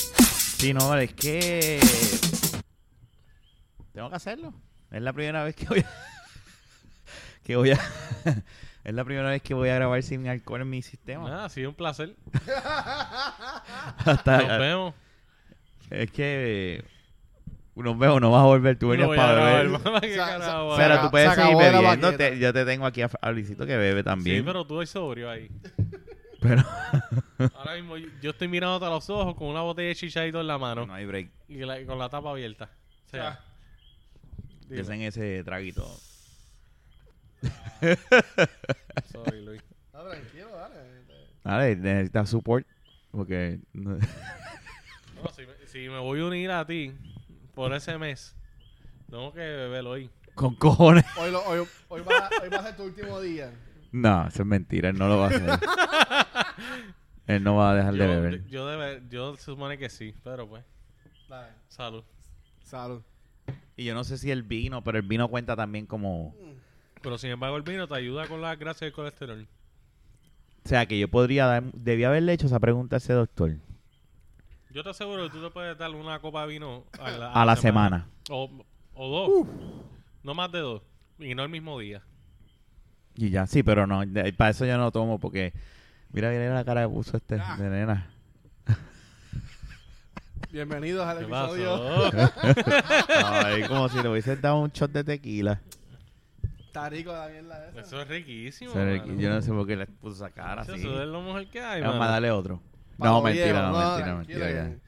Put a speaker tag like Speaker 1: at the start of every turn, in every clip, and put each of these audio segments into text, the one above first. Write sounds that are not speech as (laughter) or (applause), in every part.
Speaker 1: Sí, no, vale, es que. Tengo que hacerlo. Es la primera vez que voy a. (laughs) que voy a. (laughs) es la primera vez que voy a grabar sin alcohol en mi sistema.
Speaker 2: Nada, ha sido un placer.
Speaker 1: (laughs) Hasta-
Speaker 2: Nos vemos.
Speaker 1: Es que. Nos vemos, no vas a volver. Tú venías
Speaker 2: No voy a
Speaker 1: para
Speaker 2: grabar,
Speaker 1: beber.
Speaker 2: mamá, (laughs) ¿qué
Speaker 3: O sea,
Speaker 2: carajo,
Speaker 3: o sea,
Speaker 1: Pero
Speaker 2: ahora?
Speaker 1: tú
Speaker 3: Se
Speaker 1: puedes
Speaker 3: acabó
Speaker 1: seguir
Speaker 3: la
Speaker 1: bebiendo.
Speaker 3: baqueta.
Speaker 1: te- yo te tengo aquí a, a Luisito que bebe también.
Speaker 2: Sí, pero tú eres sobrio ahí.
Speaker 1: (laughs) pero...
Speaker 2: Ahora mismo yo yo estoy mirando a los ojos con una botella de chichadito en la mano
Speaker 1: no hay break.
Speaker 2: y la- con la tapa abierta. O sea,
Speaker 3: Ah.
Speaker 2: dime.
Speaker 1: Dicen ese traguito.
Speaker 2: (laughs) Sorry, Luis.
Speaker 3: No, tranquilo, dale. este.
Speaker 1: Vale, necesitas support. Porque. (laughs)
Speaker 2: No, si, me, si me voy a unir a ti por ese mes, tengo que beberlo hoy.
Speaker 1: Con cojones.
Speaker 3: Hoy, lo- hoy, hoy, va, hoy va a ser tu último día.
Speaker 1: No, eso es mentira, él no lo va a (laughs) hacer. él no va a dejar
Speaker 2: Yo,
Speaker 1: de beber.
Speaker 2: yo, yo debe- yo se supone que sí, pero pues,
Speaker 3: Dale.
Speaker 2: salud.
Speaker 3: Salud.
Speaker 1: Y yo no sé si el vino, pero el vino cuenta también como...
Speaker 2: Pero sin embargo, el vino te ayuda con las grasas y el colesterol.
Speaker 1: O sea, que yo podría dar... Debía haberle hecho esa pregunta a ese doctor.
Speaker 2: Yo te aseguro que tú te puedes dar una copa de vino a la,
Speaker 1: A la semana.
Speaker 2: O, o dos.
Speaker 1: Uh.
Speaker 2: No más de dos. Y no el mismo día.
Speaker 1: Y ya, sí, pero no, de- para eso yo no tomo porque... Mira, mira la cara que puso este
Speaker 3: Ah.
Speaker 1: de nena.
Speaker 3: Bienvenidos al
Speaker 2: ¿Qué
Speaker 3: episodio (laughs)
Speaker 2: pasó?
Speaker 1: Ay, como si le hubiesen dado un shot de tequila.
Speaker 3: Tarico de la mierda esa.
Speaker 2: Eso es riquísimo.
Speaker 1: O sea,
Speaker 2: mano.
Speaker 1: yo no sé por qué le puso esa cara
Speaker 2: Eso
Speaker 1: así.
Speaker 2: es lo mejor que hay,
Speaker 1: Vamos a
Speaker 2: mano.
Speaker 1: darle otro.
Speaker 3: Pavo
Speaker 1: No, mentira,
Speaker 3: viejo,
Speaker 1: no,
Speaker 3: no,
Speaker 1: mentira,
Speaker 3: tranquilo,
Speaker 1: mentira,
Speaker 3: que-
Speaker 1: ya.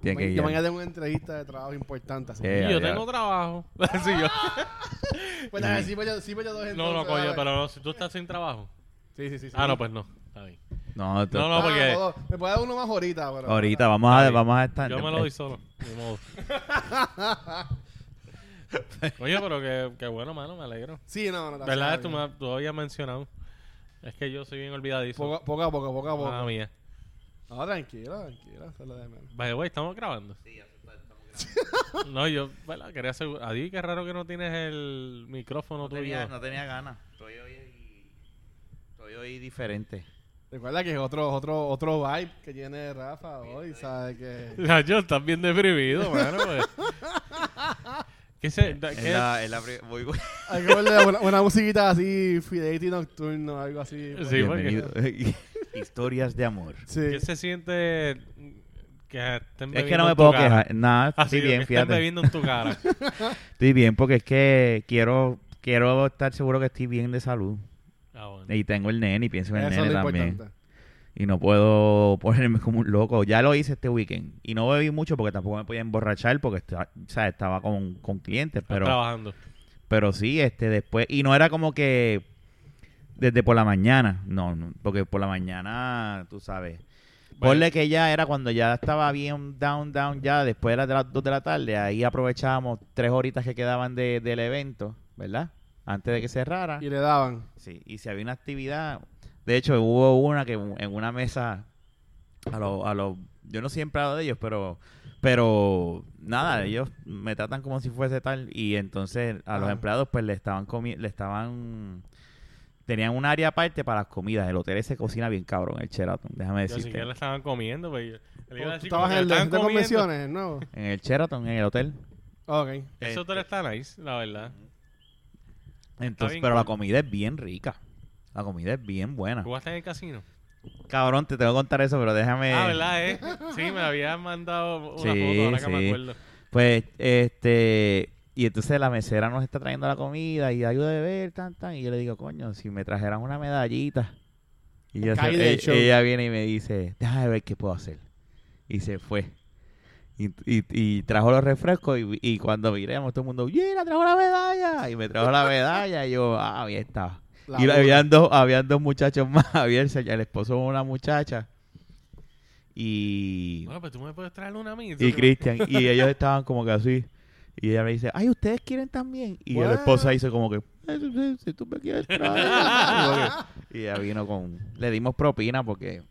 Speaker 1: Tiene que
Speaker 3: Ma-
Speaker 1: ir
Speaker 3: Yo
Speaker 1: ya.
Speaker 3: mañana tengo una entrevista de trabajo importante. Así.
Speaker 1: Eh.
Speaker 2: Y
Speaker 1: Ya,
Speaker 2: yo
Speaker 1: ya. (laughs)
Speaker 2: tengo trabajo. Sí, yo-
Speaker 3: Pues
Speaker 1: eh.
Speaker 3: dale, sí, voy yo, sí, voy yo dos
Speaker 2: (laughs) No, no,
Speaker 3: entonces,
Speaker 2: coño,
Speaker 3: dale.
Speaker 2: pero no, si tú estás sin trabajo.
Speaker 3: Sí, sí, sí. sí.
Speaker 2: Ah, no, pues no. Está bien.
Speaker 1: No, esto-
Speaker 2: No, no,
Speaker 3: Ah,
Speaker 2: porque-
Speaker 3: me puedo- Me puede dar uno más ahorita. Pero,
Speaker 1: ahorita vamos a,
Speaker 2: Ay,
Speaker 1: vamos a estar...
Speaker 2: Yo me lo doy solo.
Speaker 1: (laughs)
Speaker 2: De modo. Oye, pero que, que bueno, mano, me alegro.
Speaker 3: Sí, no, no. está
Speaker 2: ¿Verdad?
Speaker 3: bien.
Speaker 2: Tú, me, tú habías mencionado. Es que yo soy bien olvidadizo.
Speaker 3: Poco, poco a poco, poco a poco.
Speaker 2: Mamma mía.
Speaker 3: No, tranquilo, tranquilo. Eso es lo de menos.
Speaker 2: By the way, ¿estamos grabando? Sí, (laughs) estamos grabando. no, yo, ¿verdad? Quería asegurar. Adi, qué raro que no tienes el micrófono tuyo.
Speaker 1: tenía ganas. Estoy hoy, estoy hoy diferente.
Speaker 3: Recuerda que es otro, otro, otro vibe que tiene Rafa hoy, ¿sabes? Que...
Speaker 2: (laughs) Nacho, estás bien deprimido, mano. pues.
Speaker 1: (laughs)
Speaker 2: ¿Qué se, da-
Speaker 1: Es
Speaker 2: qué-
Speaker 1: la, es la pri- voy- voy-
Speaker 3: Hay que ponerle una, una musiquita así, Fidelity Nocturno, algo así. pues.
Speaker 2: Sí, porque-
Speaker 1: Bienvenido. Historias de amor.
Speaker 3: Sí.
Speaker 2: qué se siente que estén
Speaker 1: Es que
Speaker 2: bebiendo
Speaker 1: no me
Speaker 2: en tu
Speaker 1: puedo
Speaker 2: cara? Ah,
Speaker 1: quejar. Nada,
Speaker 2: Así
Speaker 1: estoy bien,
Speaker 2: que estén
Speaker 1: fíjate.
Speaker 2: bebiendo en tu
Speaker 1: (laughs)
Speaker 2: cara.
Speaker 1: Estoy bien porque es que quiero quiero estar seguro que estoy bien de salud.
Speaker 2: Ah, bueno.
Speaker 1: Y tengo el nene y pienso en el
Speaker 3: Eso es
Speaker 1: nene
Speaker 3: lo
Speaker 1: también.
Speaker 3: importante.
Speaker 1: Y no puedo (laughs) ponerme como un loco. Ya lo hice este weekend. Y no bebí mucho porque tampoco me podía emborrachar porque esta- o sea, estaba con, con clientes.
Speaker 2: Estás
Speaker 1: Pero
Speaker 2: trabajando.
Speaker 1: Pero sí, este, después. Y no era como que desde por la mañana. No, no, porque por la mañana, tú sabes. Ponle que ya era cuando ya estaba bien down, down, ya después de las- de las 2 de la tarde. Ahí aprovechábamos tres horitas que quedaban de- del evento, ¿verdad? Antes de que cerrara.
Speaker 3: Y le daban.
Speaker 2: Ah.
Speaker 1: Sí, y si había una actividad. De hecho, hubo una que en una mesa. A los. A los yo no siempre hablo de ellos, pero. Pero nada, ellos me tratan como si fuese tal. Y entonces a los
Speaker 3: Ah.
Speaker 1: empleados, pues le estaban comi le estaban. Tenían un área aparte para las comidas. El hotel se cocina bien cabrón, el Sheraton. Déjame
Speaker 2: Yo ni
Speaker 1: decirte.
Speaker 2: siquiera le estaban comiendo, pues. yo- le iba a decir
Speaker 3: ¿Tú estabas
Speaker 2: como
Speaker 3: en
Speaker 2: que
Speaker 3: el
Speaker 2: le
Speaker 3: de
Speaker 2: estaban comiendo.
Speaker 3: convenciones, el nuevo?
Speaker 1: En el Sheraton, en el hotel.
Speaker 3: Ok.
Speaker 2: Ese hotel está nice, la verdad.
Speaker 1: Entonces,
Speaker 2: bien
Speaker 1: pero la
Speaker 2: cool.
Speaker 1: comida es bien rica. La comida es bien buena.
Speaker 2: ¿Tú estás en el casino?
Speaker 1: Cabrón, te tengo que contar eso, pero déjame.
Speaker 2: Ah, ¿verdad? Eh? Sí, me habían mandado una
Speaker 1: Sí,
Speaker 2: foto, ahora que
Speaker 1: sí.
Speaker 2: me acuerdo.
Speaker 1: Pues, este, y entonces la mesera nos está trayendo la comida y ayuda a beber, tan, tan, y yo le digo, coño, si me trajeran una medallita. Y yo
Speaker 3: Cae
Speaker 1: se-
Speaker 3: de
Speaker 1: e-
Speaker 3: show.
Speaker 1: ella viene y me dice, déjame ver qué puedo hacer. Y se fue. Y, y- y trajo los refrescos y, y cuando miremos todo el mundo, ¡Mira, trajo la medalla! Y me trajo la medalla y yo, ah, ahí estaba.
Speaker 3: La
Speaker 1: y
Speaker 3: bola.
Speaker 1: habían dos, habían dos muchachos (laughs) más, había el, se- el esposo de una muchacha y...
Speaker 2: Bueno, pues tú me puedes traer una a mí.
Speaker 1: y
Speaker 2: Tú-
Speaker 1: Cristian. Y ellos estaban como que así. Y ella me dice, ay, ¿ustedes quieren también? Y la
Speaker 3: Bueno.
Speaker 1: esposa dice como que, "Eh, si- si tú me quieres traer. (laughs) Como que- y ella vino con... Le dimos propina porque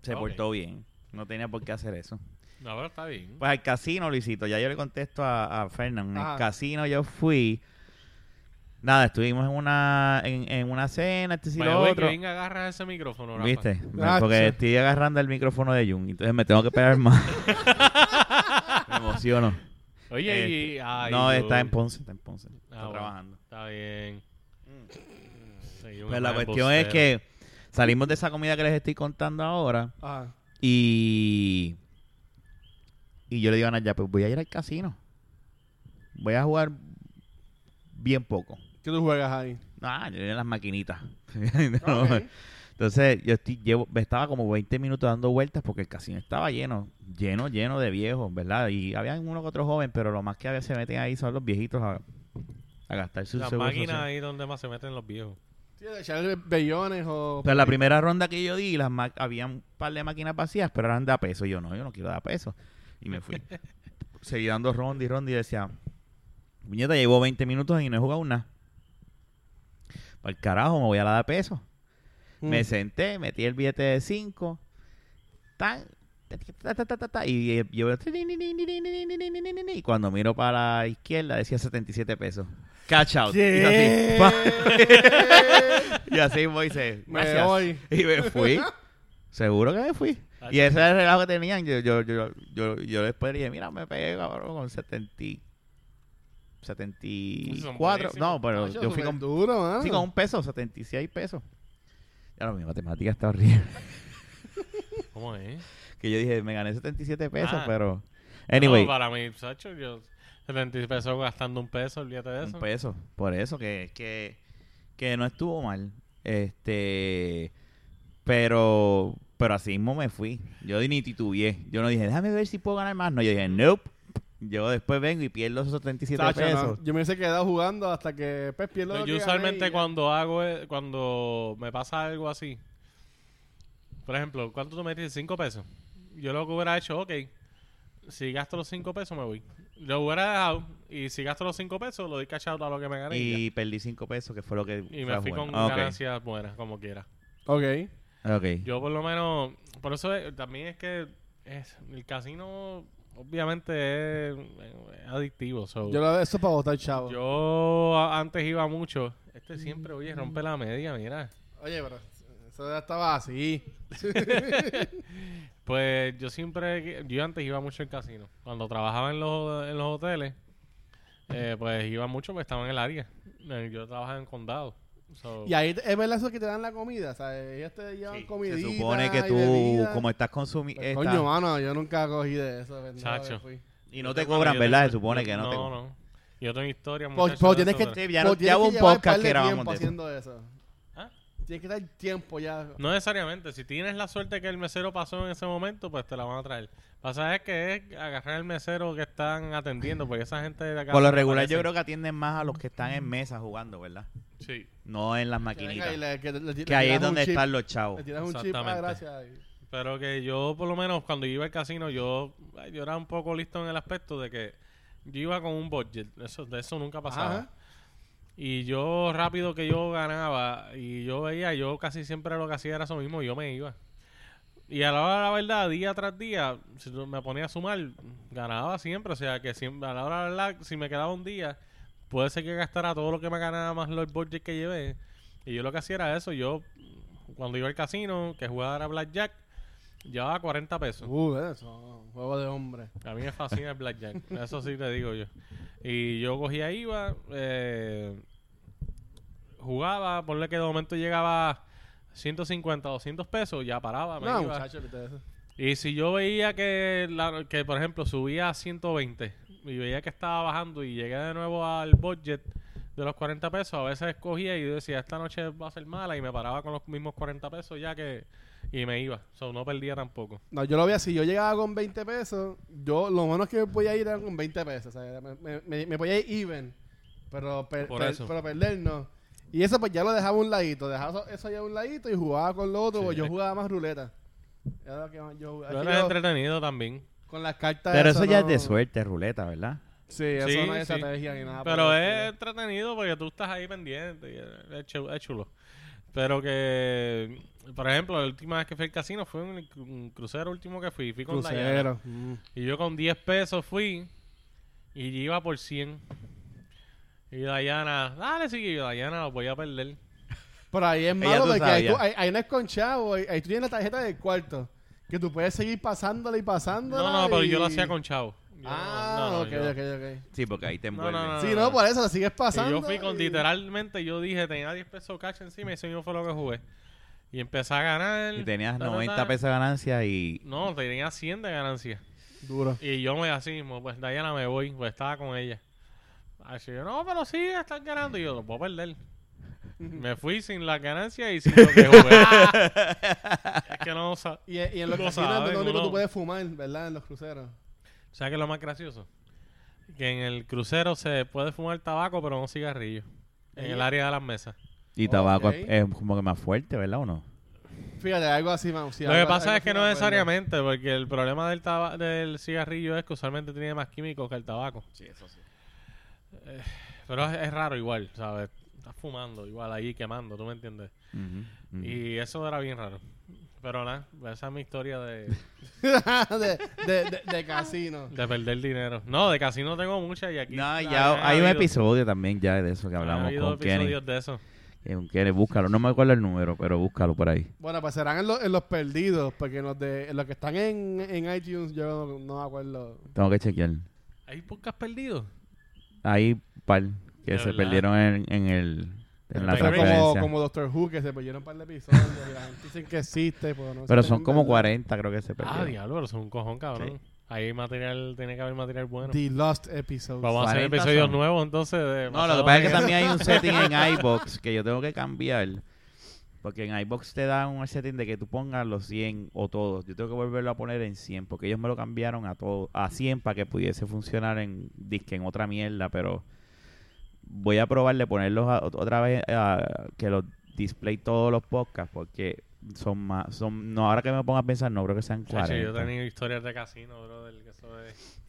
Speaker 1: se
Speaker 2: Ok.
Speaker 1: portó bien. No tenía por qué hacer eso.
Speaker 2: No, pero está bien.
Speaker 1: Pues al casino, Luisito, ya yo le contesto a, a Fernán. Al
Speaker 3: Ajá.
Speaker 1: casino yo fui... Nada, estuvimos en una, en, en una cena, este y
Speaker 2: By the
Speaker 1: lo
Speaker 2: way,
Speaker 1: otro.
Speaker 2: que venga, pues, agarra ese micrófono, Rafa.
Speaker 1: ¿Viste?
Speaker 3: Ah,
Speaker 1: Porque
Speaker 3: sí.
Speaker 1: estoy agarrando el micrófono de Jun, entonces me tengo que pegar más. Me emociono.
Speaker 2: Oye, y...
Speaker 1: Este,
Speaker 2: ay,
Speaker 1: no,
Speaker 2: dude.
Speaker 1: está en Ponce, está en Ponce. está
Speaker 2: bueno.
Speaker 1: trabajando.
Speaker 2: Está bien. Sí, una
Speaker 1: Pero Pues, la
Speaker 2: madre
Speaker 1: cuestión es
Speaker 2: embustera.
Speaker 1: que salimos de esa comida que les estoy contando ahora
Speaker 3: Ajá.
Speaker 1: y... Y yo le digo a Naya, pues voy a ir al casino. Voy a jugar bien poco.
Speaker 3: ¿Qué tú juegas ahí?
Speaker 1: Ah, yo en las maquinitas. (laughs)
Speaker 3: Ah,
Speaker 1: No,
Speaker 3: ok.
Speaker 1: Entonces, yo estoy, llevo, me estaba como 20 minutos dando vueltas porque el casino estaba lleno, lleno, lleno de viejos, ¿verdad? Y había uno que otro joven, pero lo más que a veces se meten ahí son los viejitos a, a gastar sus
Speaker 2: Las
Speaker 1: seguro
Speaker 2: máquinas
Speaker 1: social.
Speaker 2: ahí donde más se meten los viejos.
Speaker 3: Sí, de echar bellones o...
Speaker 1: Pero la primera ronda que yo di, las ma- había un par de máquinas vacías, pero eran de a peso. Y yo, no, yo no quiero dar peso. Y me fui. (laughs) Seguí dando ronda y ronda y decía, muñeca, llevo 20 minutos y no he jugado una. Para el carajo, me voy a la de a peso.
Speaker 3: Mm.
Speaker 1: Me senté, metí el billete de 5. Tan. ta, ta, ta, ta, ta, Y eh, yo veo, Y cuando miro para la izquierda decía 77 pesos. Catch out. Y yo así,
Speaker 3: (laughs)
Speaker 1: pa. (laughs) Y así voy y dice,
Speaker 3: Me
Speaker 1: "Gracias".
Speaker 3: voy.
Speaker 1: Y me fui. Seguro que me fui.
Speaker 2: Ah,
Speaker 1: Y ese era el relajo que tenían. Yo, yo, yo, yo, yo después dije, mira, me pegué cabrón, con 70. y- 74. No, pero
Speaker 3: Nacho,
Speaker 1: yo fui
Speaker 3: súper
Speaker 1: con
Speaker 3: Duro, mano.
Speaker 1: Sí, con
Speaker 2: Ah.
Speaker 1: un peso, 76 pesos. Ya lo mi matemática está horrible. (laughs)
Speaker 2: ¿Cómo es?
Speaker 1: Que yo dije, me gané 77 pesos,
Speaker 2: Ah.
Speaker 1: pero. Anyway,
Speaker 2: No, para mí, Sacho, yo 70 pesos gastando un peso, olvídate de eso.
Speaker 1: un peso. Por eso que, que, que no estuvo mal. Este. Pero. Pero así mismo me fui. Yo ni titubeé. Yo no dije, déjame ver si puedo ganar más. No, yo dije, nope. Yo después vengo y pierdo esos 77
Speaker 3: Tacho, no.
Speaker 1: pesos.
Speaker 3: Yo me hubiese quedado jugando hasta que pues, pierdo
Speaker 2: Yo,
Speaker 3: lo
Speaker 2: yo
Speaker 3: que gané
Speaker 2: usualmente
Speaker 3: y-
Speaker 2: cuando hago, eh, cuando me pasa algo así, por ejemplo, ¿cuánto tú metiste? ¿5 pesos? Yo lo que hubiera hecho, ok, si gasto los 5 pesos me voy. Lo hubiera dejado y si gasto los 5 pesos lo doy cachado a lo que me gané. Y,
Speaker 1: Y perdí 5 pesos, que fue lo que.
Speaker 2: ya. y
Speaker 1: fue
Speaker 2: me
Speaker 1: a
Speaker 2: fui
Speaker 1: jugar.
Speaker 2: con
Speaker 1: Ah, ok.
Speaker 2: ganancias buenas, como quiera.
Speaker 3: Ok.
Speaker 1: Ok.
Speaker 2: Yo por lo menos, por eso eh, también es que es, el casino obviamente es, es adictivo. so,
Speaker 3: Yo lo veo eso para votar, chavo.
Speaker 2: yo a- antes iba mucho. Este siempre, oye, rompe la media, mira.
Speaker 3: Oye, pero eso ya estaba así.
Speaker 2: Pues yo siempre, yo antes iba mucho al casino. Cuando trabajaba en los, en los hoteles, eh, pues iba mucho porque estaba en el área. Eh, Yo trabajaba en condado. So,
Speaker 3: Y ahí te- es verdad eso que te dan la comida, ¿sabes? Ellos te llevan
Speaker 1: Sí,
Speaker 3: comidita
Speaker 1: Se supone que
Speaker 3: y
Speaker 1: tú,
Speaker 3: bebida.
Speaker 1: como estás consumiendo.
Speaker 3: Pues, Coño, mano, yo nunca cogí de eso. pendejo,
Speaker 2: Chacho.
Speaker 3: que fui.
Speaker 1: Y no te
Speaker 2: bueno,
Speaker 1: cobran,
Speaker 2: yo
Speaker 1: ¿verdad?
Speaker 2: tengo-
Speaker 1: Se supone que no
Speaker 2: no
Speaker 1: te
Speaker 2: No, no. Yo tengo historia,
Speaker 3: Pues,
Speaker 2: muchachos. de
Speaker 3: pues tienes
Speaker 2: eso,
Speaker 3: que,
Speaker 2: pero-
Speaker 1: Sí, ya
Speaker 3: pues,
Speaker 1: no-
Speaker 3: tienes
Speaker 1: ya hubo
Speaker 3: que
Speaker 1: un
Speaker 3: llevar
Speaker 1: podcast
Speaker 3: par de
Speaker 1: que grabamos
Speaker 3: tiempo
Speaker 1: de eso.
Speaker 3: haciendo eso.
Speaker 2: ¿Ah?
Speaker 3: Tienes que dar tiempo ya.
Speaker 2: No necesariamente. Si tienes la suerte que el mesero pasó en ese momento, pues te la van a traer. Pasa es que es agarrar el mesero que están atendiendo, porque esa gente de acá...
Speaker 1: Por lo regular yo creo que atienden más a los que están en mesa jugando, ¿verdad?
Speaker 2: Sí.
Speaker 1: No en las
Speaker 3: Que venga y
Speaker 1: maquinitas.
Speaker 3: le- que le- le- le
Speaker 1: Que ahí es
Speaker 3: tiras un
Speaker 1: donde
Speaker 3: chip.
Speaker 1: están los chavos.
Speaker 3: Le tiras un chip, ah,
Speaker 2: Exactamente.
Speaker 3: gracias.
Speaker 2: Pero que yo, por lo menos, cuando iba al casino, yo, ay, yo era un poco listo en el aspecto de que yo iba con un budget. Eso, de eso nunca pasaba.
Speaker 3: Ajá.
Speaker 2: Y yo, rápido que yo ganaba y yo veía, yo casi siempre lo que hacía era eso mismo, yo me iba. Y a la hora de la verdad, día tras día, si tú me ponía a sumar, ganaba siempre. O sea, que siempre, a la hora de la verdad, si me quedaba un día, puede ser que gastara todo lo que me ganaba más los budget que llevé. Y yo lo que hacía era eso. Yo, cuando iba al casino, que jugaba era Blackjack, llevaba 40 pesos.
Speaker 3: Uh, eso, juego de hombre.
Speaker 2: A mí me fascina el blackjack. Eso sí te digo yo. Y yo cogía IVA, eh, jugaba, ponle que de momento llegaba 150, 200 pesos, ya paraba, me
Speaker 3: No,
Speaker 2: iba.
Speaker 3: muchacho, que te eso.
Speaker 2: Y si yo veía que, la- que, por ejemplo, subía a 120 y veía que estaba bajando y llegué de nuevo al budget de los 40 pesos, a veces cogía y yo decía, esta noche va a ser mala y me paraba con los mismos 40 pesos ya que... Y me iba. O sea, no perdía tampoco.
Speaker 3: No, yo lo veía así. Yo llegaba con 20 pesos. Yo, lo menos que me podía ir era con 20 pesos. O sea, me, me- me- me podía ir even. Pero, per-
Speaker 2: Por
Speaker 3: per-
Speaker 2: eso.
Speaker 3: pero perder no. Y eso pues ya lo dejaba a un ladito. Dejaba eso, eso ya a un ladito y jugaba con lo otro.
Speaker 2: Sí.
Speaker 3: porque Yo jugaba más ruleta. Era lo que más yo jugaba.
Speaker 2: Pero
Speaker 3: Es
Speaker 2: era
Speaker 3: que yo,
Speaker 2: entretenido también.
Speaker 3: con las cartas.
Speaker 1: Pero eso ya es de
Speaker 3: no-
Speaker 1: suerte, ruleta, ¿verdad?
Speaker 3: Sí, eso
Speaker 2: Sí,
Speaker 3: no es
Speaker 2: sí.
Speaker 3: estrategia ni nada.
Speaker 2: Pero
Speaker 3: por el
Speaker 2: es
Speaker 3: estilo.
Speaker 2: entretenido porque tú estás ahí pendiente. y Es chu- es chulo. Pero que, por ejemplo, la última vez que fui al casino fue un, un crucero último que fui. Fui con Dayana.
Speaker 3: Crucero. Mm.
Speaker 2: Y yo con 10 pesos fui y yo iba por 100. Y Dayana, dale, sí, y yo, Dayana lo voy a perder.
Speaker 3: Pero ahí
Speaker 1: ya
Speaker 3: es malo
Speaker 1: tú
Speaker 3: porque ahí,
Speaker 1: sabías.
Speaker 3: tú- ahí- ahí no es con chavo. Ahí, ahí tú tienes la tarjeta del cuarto. Que tú puedes seguir pasándola y pasándola.
Speaker 2: No, no, pero yo lo
Speaker 3: y-
Speaker 2: hacía con chavo. Yo-
Speaker 3: ah,
Speaker 2: no, no,
Speaker 3: ok,
Speaker 2: yo-
Speaker 3: ok, ok.
Speaker 1: Sí, porque ahí te
Speaker 2: No, no,
Speaker 1: envuelve.
Speaker 2: no,
Speaker 3: Sí, no, por eso la sigues
Speaker 2: Y
Speaker 3: pasando.
Speaker 2: yo fui con
Speaker 3: y-
Speaker 2: literalmente, yo dije, tenía 10 pesos cash encima y eso yo fue lo que jugué. Y empecé a ganar.
Speaker 1: Y tenías
Speaker 2: ta, ta, ta.
Speaker 1: 90 pesos de ganancia y...
Speaker 2: No, tenía 100 de ganancia.
Speaker 3: Duro.
Speaker 2: Y yo me así mismo, pues Diana me voy, pues estaba con ella. Así yo, no, pero sí, están ganando. Y yo, los voy a perder. Me fui sin las ganancias y sin lo que jugué. es que no, o sea,
Speaker 3: Y, y en los
Speaker 2: Lo
Speaker 3: casinos es
Speaker 2: saben,
Speaker 3: lo único que
Speaker 2: uno-
Speaker 3: tú puedes fumar, ¿verdad? En los cruceros.
Speaker 2: ¿Sabes qué es lo más gracioso? Que en el crucero se puede fumar tabaco, pero no cigarrillo. En
Speaker 3: Ella-
Speaker 2: el área de las mesas.
Speaker 1: Y tabaco
Speaker 3: Ok.
Speaker 1: es- es, como que más fuerte, ¿verdad o no?
Speaker 3: Fíjate, algo así, man. sí,
Speaker 2: lo que
Speaker 3: algo-
Speaker 2: pasa
Speaker 3: algo
Speaker 2: es que
Speaker 3: así
Speaker 2: no
Speaker 3: me acuerdo.
Speaker 2: necesariamente, porque el problema del, taba- del cigarrillo es que usualmente tiene más químicos que el tabaco. Eh,
Speaker 1: Sí, eso sí.
Speaker 2: Pero es, es raro igual, ¿sabes? Estás fumando igual ahí, quemando, ¿tú me entiendes?
Speaker 1: Mm.
Speaker 2: Y eso era bien raro. Pero nada, esa es mi historia de,
Speaker 3: (laughs) de, de, de, de casino.
Speaker 2: de perder dinero. No, de casino tengo muchas y aquí...
Speaker 1: No,
Speaker 2: han
Speaker 1: ya hay un
Speaker 2: habido-
Speaker 1: episodio también ya de eso que
Speaker 2: han
Speaker 1: hablamos
Speaker 2: habido
Speaker 1: con Kenny.
Speaker 2: episodios de eso.
Speaker 1: Eh, Con Kenny, búscalo. No me acuerdo el número, pero búscalo por ahí.
Speaker 3: Bueno, pues serán en, los- en los perdidos, porque en los, de, en los que están en, en iTunes yo no, no me acuerdo.
Speaker 1: Tengo que chequear.
Speaker 2: ¿Hay podcast perdidos?
Speaker 1: Hay par que
Speaker 2: De
Speaker 1: se
Speaker 2: verdad.
Speaker 1: perdieron en, en el en la
Speaker 2: Pero
Speaker 3: Son como,
Speaker 1: transferencia.
Speaker 3: como Doctor Who, que se perdieron un par de episodios y la gente dicen que existe, pero no
Speaker 1: Pero
Speaker 3: sé,
Speaker 1: son
Speaker 3: en
Speaker 1: como
Speaker 3: verdad.
Speaker 1: 40, creo que se
Speaker 2: Ah,
Speaker 1: perdieron.
Speaker 2: diablo, pero son un cojón, cabrón. Ahí hay material, tiene que haber material bueno.
Speaker 3: The Lost Episodes.
Speaker 2: Vamos a hacer
Speaker 1: 40
Speaker 2: episodios
Speaker 1: son.
Speaker 2: nuevos entonces. de
Speaker 1: no, lo que
Speaker 2: pasado
Speaker 1: pasa es que
Speaker 2: mañana.
Speaker 1: también hay un setting en iBox que yo tengo que cambiar. Porque en iBox te dan un setting de que tú pongas los 100 o todos. Yo tengo que volverlo a poner en 100 porque ellos me lo cambiaron a todo, a 100 para que pudiese funcionar en disque en otra mierda, pero voy a probar de ponerlos a- otra vez a- que los display todos los podcasts porque son más son no ahora que me pongo a pensar no creo que sean
Speaker 2: Chacho,
Speaker 1: 40.
Speaker 2: yo he tenido historias de casino, brother, que eso es...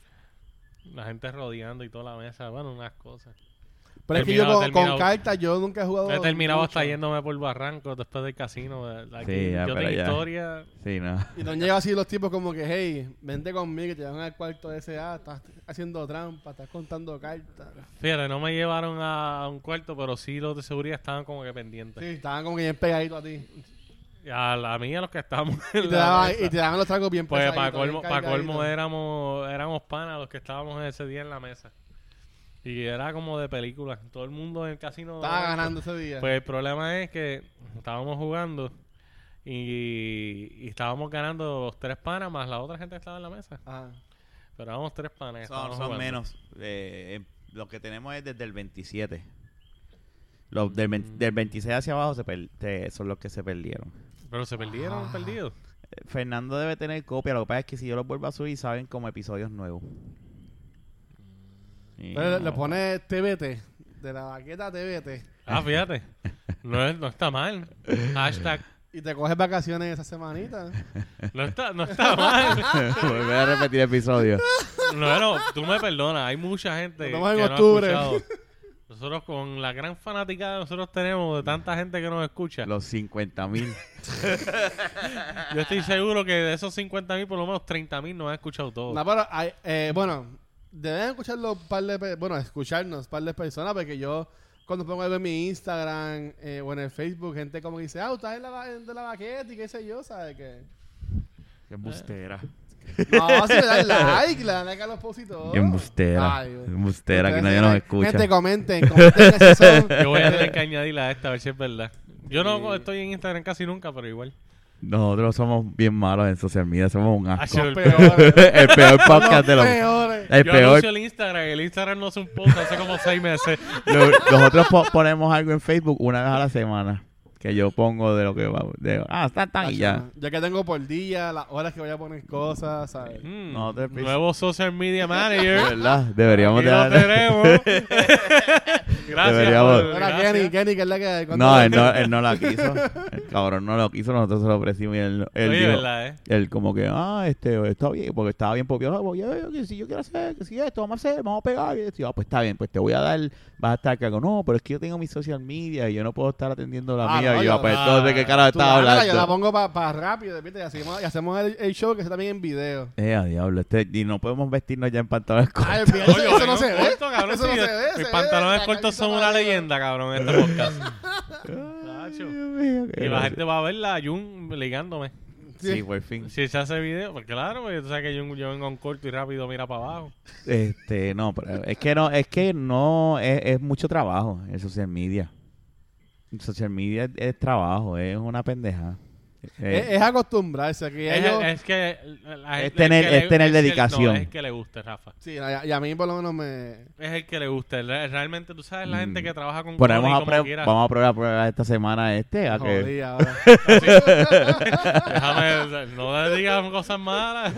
Speaker 2: La gente rodeando y toda la mesa, bueno, unas cosas.
Speaker 3: Pero es que yo
Speaker 2: Terminado,
Speaker 3: con, con
Speaker 2: terminado.
Speaker 3: cartas yo nunca he jugado.
Speaker 2: He terminado
Speaker 3: Oh, mucho.
Speaker 2: hasta yéndome por barranco después del casino. eh, aquí
Speaker 1: Sí, ya,
Speaker 2: yo
Speaker 1: pero
Speaker 2: tengo
Speaker 1: ya.
Speaker 2: historia...
Speaker 1: Sí, no.
Speaker 3: Y no llega así los tipos como que, hey, vente conmigo, te llevan al cuarto de ese, ah, estás haciendo trampa, estás contando cartas.
Speaker 2: Fíjate, no me llevaron a un cuarto, pero sí los de seguridad estaban como que pendientes.
Speaker 3: Sí, estaban como que bien pegaditos a ti.
Speaker 2: Y a la a mí, a los que estábamos (laughs)
Speaker 3: Y
Speaker 2: en
Speaker 3: te,
Speaker 2: la
Speaker 3: daban,
Speaker 2: mesa.
Speaker 3: y te daban los tragos bien
Speaker 2: Pues para
Speaker 3: pesaditos, bien
Speaker 2: colmo, pa' colmo
Speaker 3: cargaditos.
Speaker 2: éramos, éramos panas los que estábamos ese día en la mesa. Y era como de película. Todo el mundo en el casino.
Speaker 3: Estaba ganando ese día.
Speaker 2: Pues el problema es que estábamos jugando y, y estábamos ganando los tres panas más la otra gente que estaba en la mesa.
Speaker 3: Ajá.
Speaker 2: Pero éramos tres panas. que
Speaker 1: Son,
Speaker 2: estábamos
Speaker 1: son
Speaker 2: jugando.
Speaker 1: menos. Eh, eh, lo que tenemos es desde el 27. Los del, vein- del 26 hacia abajo se per- te- son los que se perdieron.
Speaker 2: Pero se perdieron,
Speaker 3: Ah.
Speaker 2: perdidos.
Speaker 1: Eh, Fernando debe tener copia. Lo que pasa es que si yo los vuelvo a subir, saben como episodios nuevos. Y
Speaker 3: Pero le, le
Speaker 1: no. (laughs)
Speaker 3: pones TBT, de la baqueta TBT,
Speaker 2: Ah, fíjate. No, es- no está mal. Hashtag.
Speaker 3: y te coges vacaciones esa semanita.
Speaker 2: No está, no
Speaker 3: (laughs)
Speaker 2: está mal.
Speaker 1: Volver a repetir episodios.
Speaker 2: No, no, tú me perdonas. Hay mucha gente
Speaker 3: Nos vemos en
Speaker 2: que no ha
Speaker 3: octubre. (laughs)
Speaker 2: escuchado. Nosotros con la gran fanática que nosotros tenemos de tanta gente que nos escucha,
Speaker 1: Los 50 mil.
Speaker 2: yo estoy seguro que de esos 50 mil, por lo menos 30 mil nos han escuchado todos.
Speaker 3: No, pero hay- eh, bueno, deben escucharlo un par de pe- bueno, escucharnos un par de personas, porque yo cuando pongo algo en mi Instagram eh, o en el Facebook, gente como que dice, ah, estás en la, ba- de la baqueta y qué sé yo, ¿sabes qué?
Speaker 1: Qué embustera.
Speaker 3: No, (laughs) si le dan like, le dan like a los posts y todo.
Speaker 1: Qué embustera.
Speaker 3: Ay, güey.
Speaker 1: Embustera, que
Speaker 3: Ustedes
Speaker 1: nadie
Speaker 3: tienen-
Speaker 1: nos escucha.
Speaker 3: Gente, comenten, comenten
Speaker 1: (laughs)
Speaker 3: esos son-
Speaker 2: Yo voy a tener que añadirla a esta, a ver si es verdad. Yo no estoy en Instagram casi nunca, pero igual.
Speaker 1: Nosotros somos bien malos en social media. Somos un asco.
Speaker 2: Hacho,
Speaker 3: los
Speaker 2: el
Speaker 3: peores,
Speaker 1: (laughs) el peor podcast de
Speaker 3: los
Speaker 1: los.
Speaker 3: peores.
Speaker 1: El
Speaker 2: yo
Speaker 1: peor
Speaker 2: anuncio el Instagram, el Instagram no hace un post hace como seis
Speaker 1: (laughs)
Speaker 2: meses.
Speaker 1: Lo- Nosotros po- ponemos algo en Facebook una vez a la semana. Que yo pongo de lo que va. de- ah, está tan y ya.
Speaker 3: Ya que tengo por día, las horas que voy a poner cosas, ¿sabes?
Speaker 2: Mm,
Speaker 1: No te pises.
Speaker 2: nuevo social media
Speaker 1: De (laughs)
Speaker 2: manager.
Speaker 1: verdad, deberíamos
Speaker 2: Aquí
Speaker 1: de
Speaker 2: lo
Speaker 1: dar.
Speaker 2: tenemos. (laughs) gracias.
Speaker 1: Deberíamos.
Speaker 2: por-
Speaker 3: Ahora,
Speaker 2: gracias.
Speaker 3: Kenny, Kenny, que es la que...
Speaker 1: (laughs)
Speaker 3: ¿cuánto
Speaker 1: No,
Speaker 3: le-
Speaker 1: él no, él no la quiso. El cabrón no lo quiso, nosotros se lo ofrecimos y él, él
Speaker 2: Oye,
Speaker 1: dijo-
Speaker 2: verdad, eh.
Speaker 1: él como que, ah, este, está bien, porque estaba bien popioso. Oye, oye, que si yo quiero hacer, que si esto, vamos a hacer, vamos a pegar. Y yo, ah, pues está bien, pues te voy a dar, vas a estar acá con, no, pero es que yo tengo mi social media y yo no puedo estar atendiendo la
Speaker 3: Ah,
Speaker 1: mía.
Speaker 3: no,
Speaker 1: y yo,
Speaker 3: yo-
Speaker 1: pues
Speaker 2: ah,
Speaker 1: entonces, ¿qué cara
Speaker 3: Tú
Speaker 1: estaba
Speaker 3: dámela,
Speaker 1: hablando?
Speaker 3: Yo la pongo para rápido, ¿viste? Y hacemos, y hacemos el, el show que está también en video.
Speaker 1: Eh, a diablo, este, y no podemos vestirnos ya en pantalones cortos.
Speaker 3: Ay, mira, eso,
Speaker 2: Coño,
Speaker 3: eso no
Speaker 2: yo
Speaker 3: se ve.
Speaker 2: corto, cabrón,
Speaker 3: eso no
Speaker 2: sí, eh.
Speaker 3: se ve. se
Speaker 2: Mis
Speaker 3: ve
Speaker 2: pantalones
Speaker 3: la
Speaker 2: cortos
Speaker 3: camisa
Speaker 2: son una
Speaker 3: para arriba.
Speaker 2: leyenda, cabrón, en este podcast.
Speaker 1: Ay,
Speaker 2: Nacho.
Speaker 1: Dios mío, qué
Speaker 2: y la
Speaker 1: gracioso.
Speaker 2: gente va a ver la Jun ligándome.
Speaker 1: Sí, por fin.
Speaker 2: Si se hace video, pues claro, porque tú sabes que yo, yo vengo a un corto y rápido mira para abajo.
Speaker 1: Este, no, pero es que no, es que no, es, es mucho trabajo el social media. El social media es, es trabajo, es una Eh, pendeja.
Speaker 3: Es, es acostumbrarse a que
Speaker 2: Eh. Es,
Speaker 3: ellos-
Speaker 2: es que la
Speaker 1: Es
Speaker 2: gente-
Speaker 1: tener-
Speaker 2: que le-
Speaker 1: es tener
Speaker 2: que-
Speaker 1: dedicación.
Speaker 2: no, es el que le guste, Rafa.
Speaker 3: Sí, y a, y a mí por lo menos me...
Speaker 2: Es el que le guste. Re- Realmente tú sabes la gente
Speaker 1: Mm.
Speaker 2: que trabaja con
Speaker 1: Bueno,
Speaker 2: Connie
Speaker 1: vamos a,
Speaker 2: como
Speaker 1: prue-
Speaker 2: quiera.
Speaker 1: vamos a probar, probar esta semana este. a que-
Speaker 3: Jodí ahora.
Speaker 2: (laughs) Déjame, no le digas cosas
Speaker 3: (laughs)
Speaker 2: malas.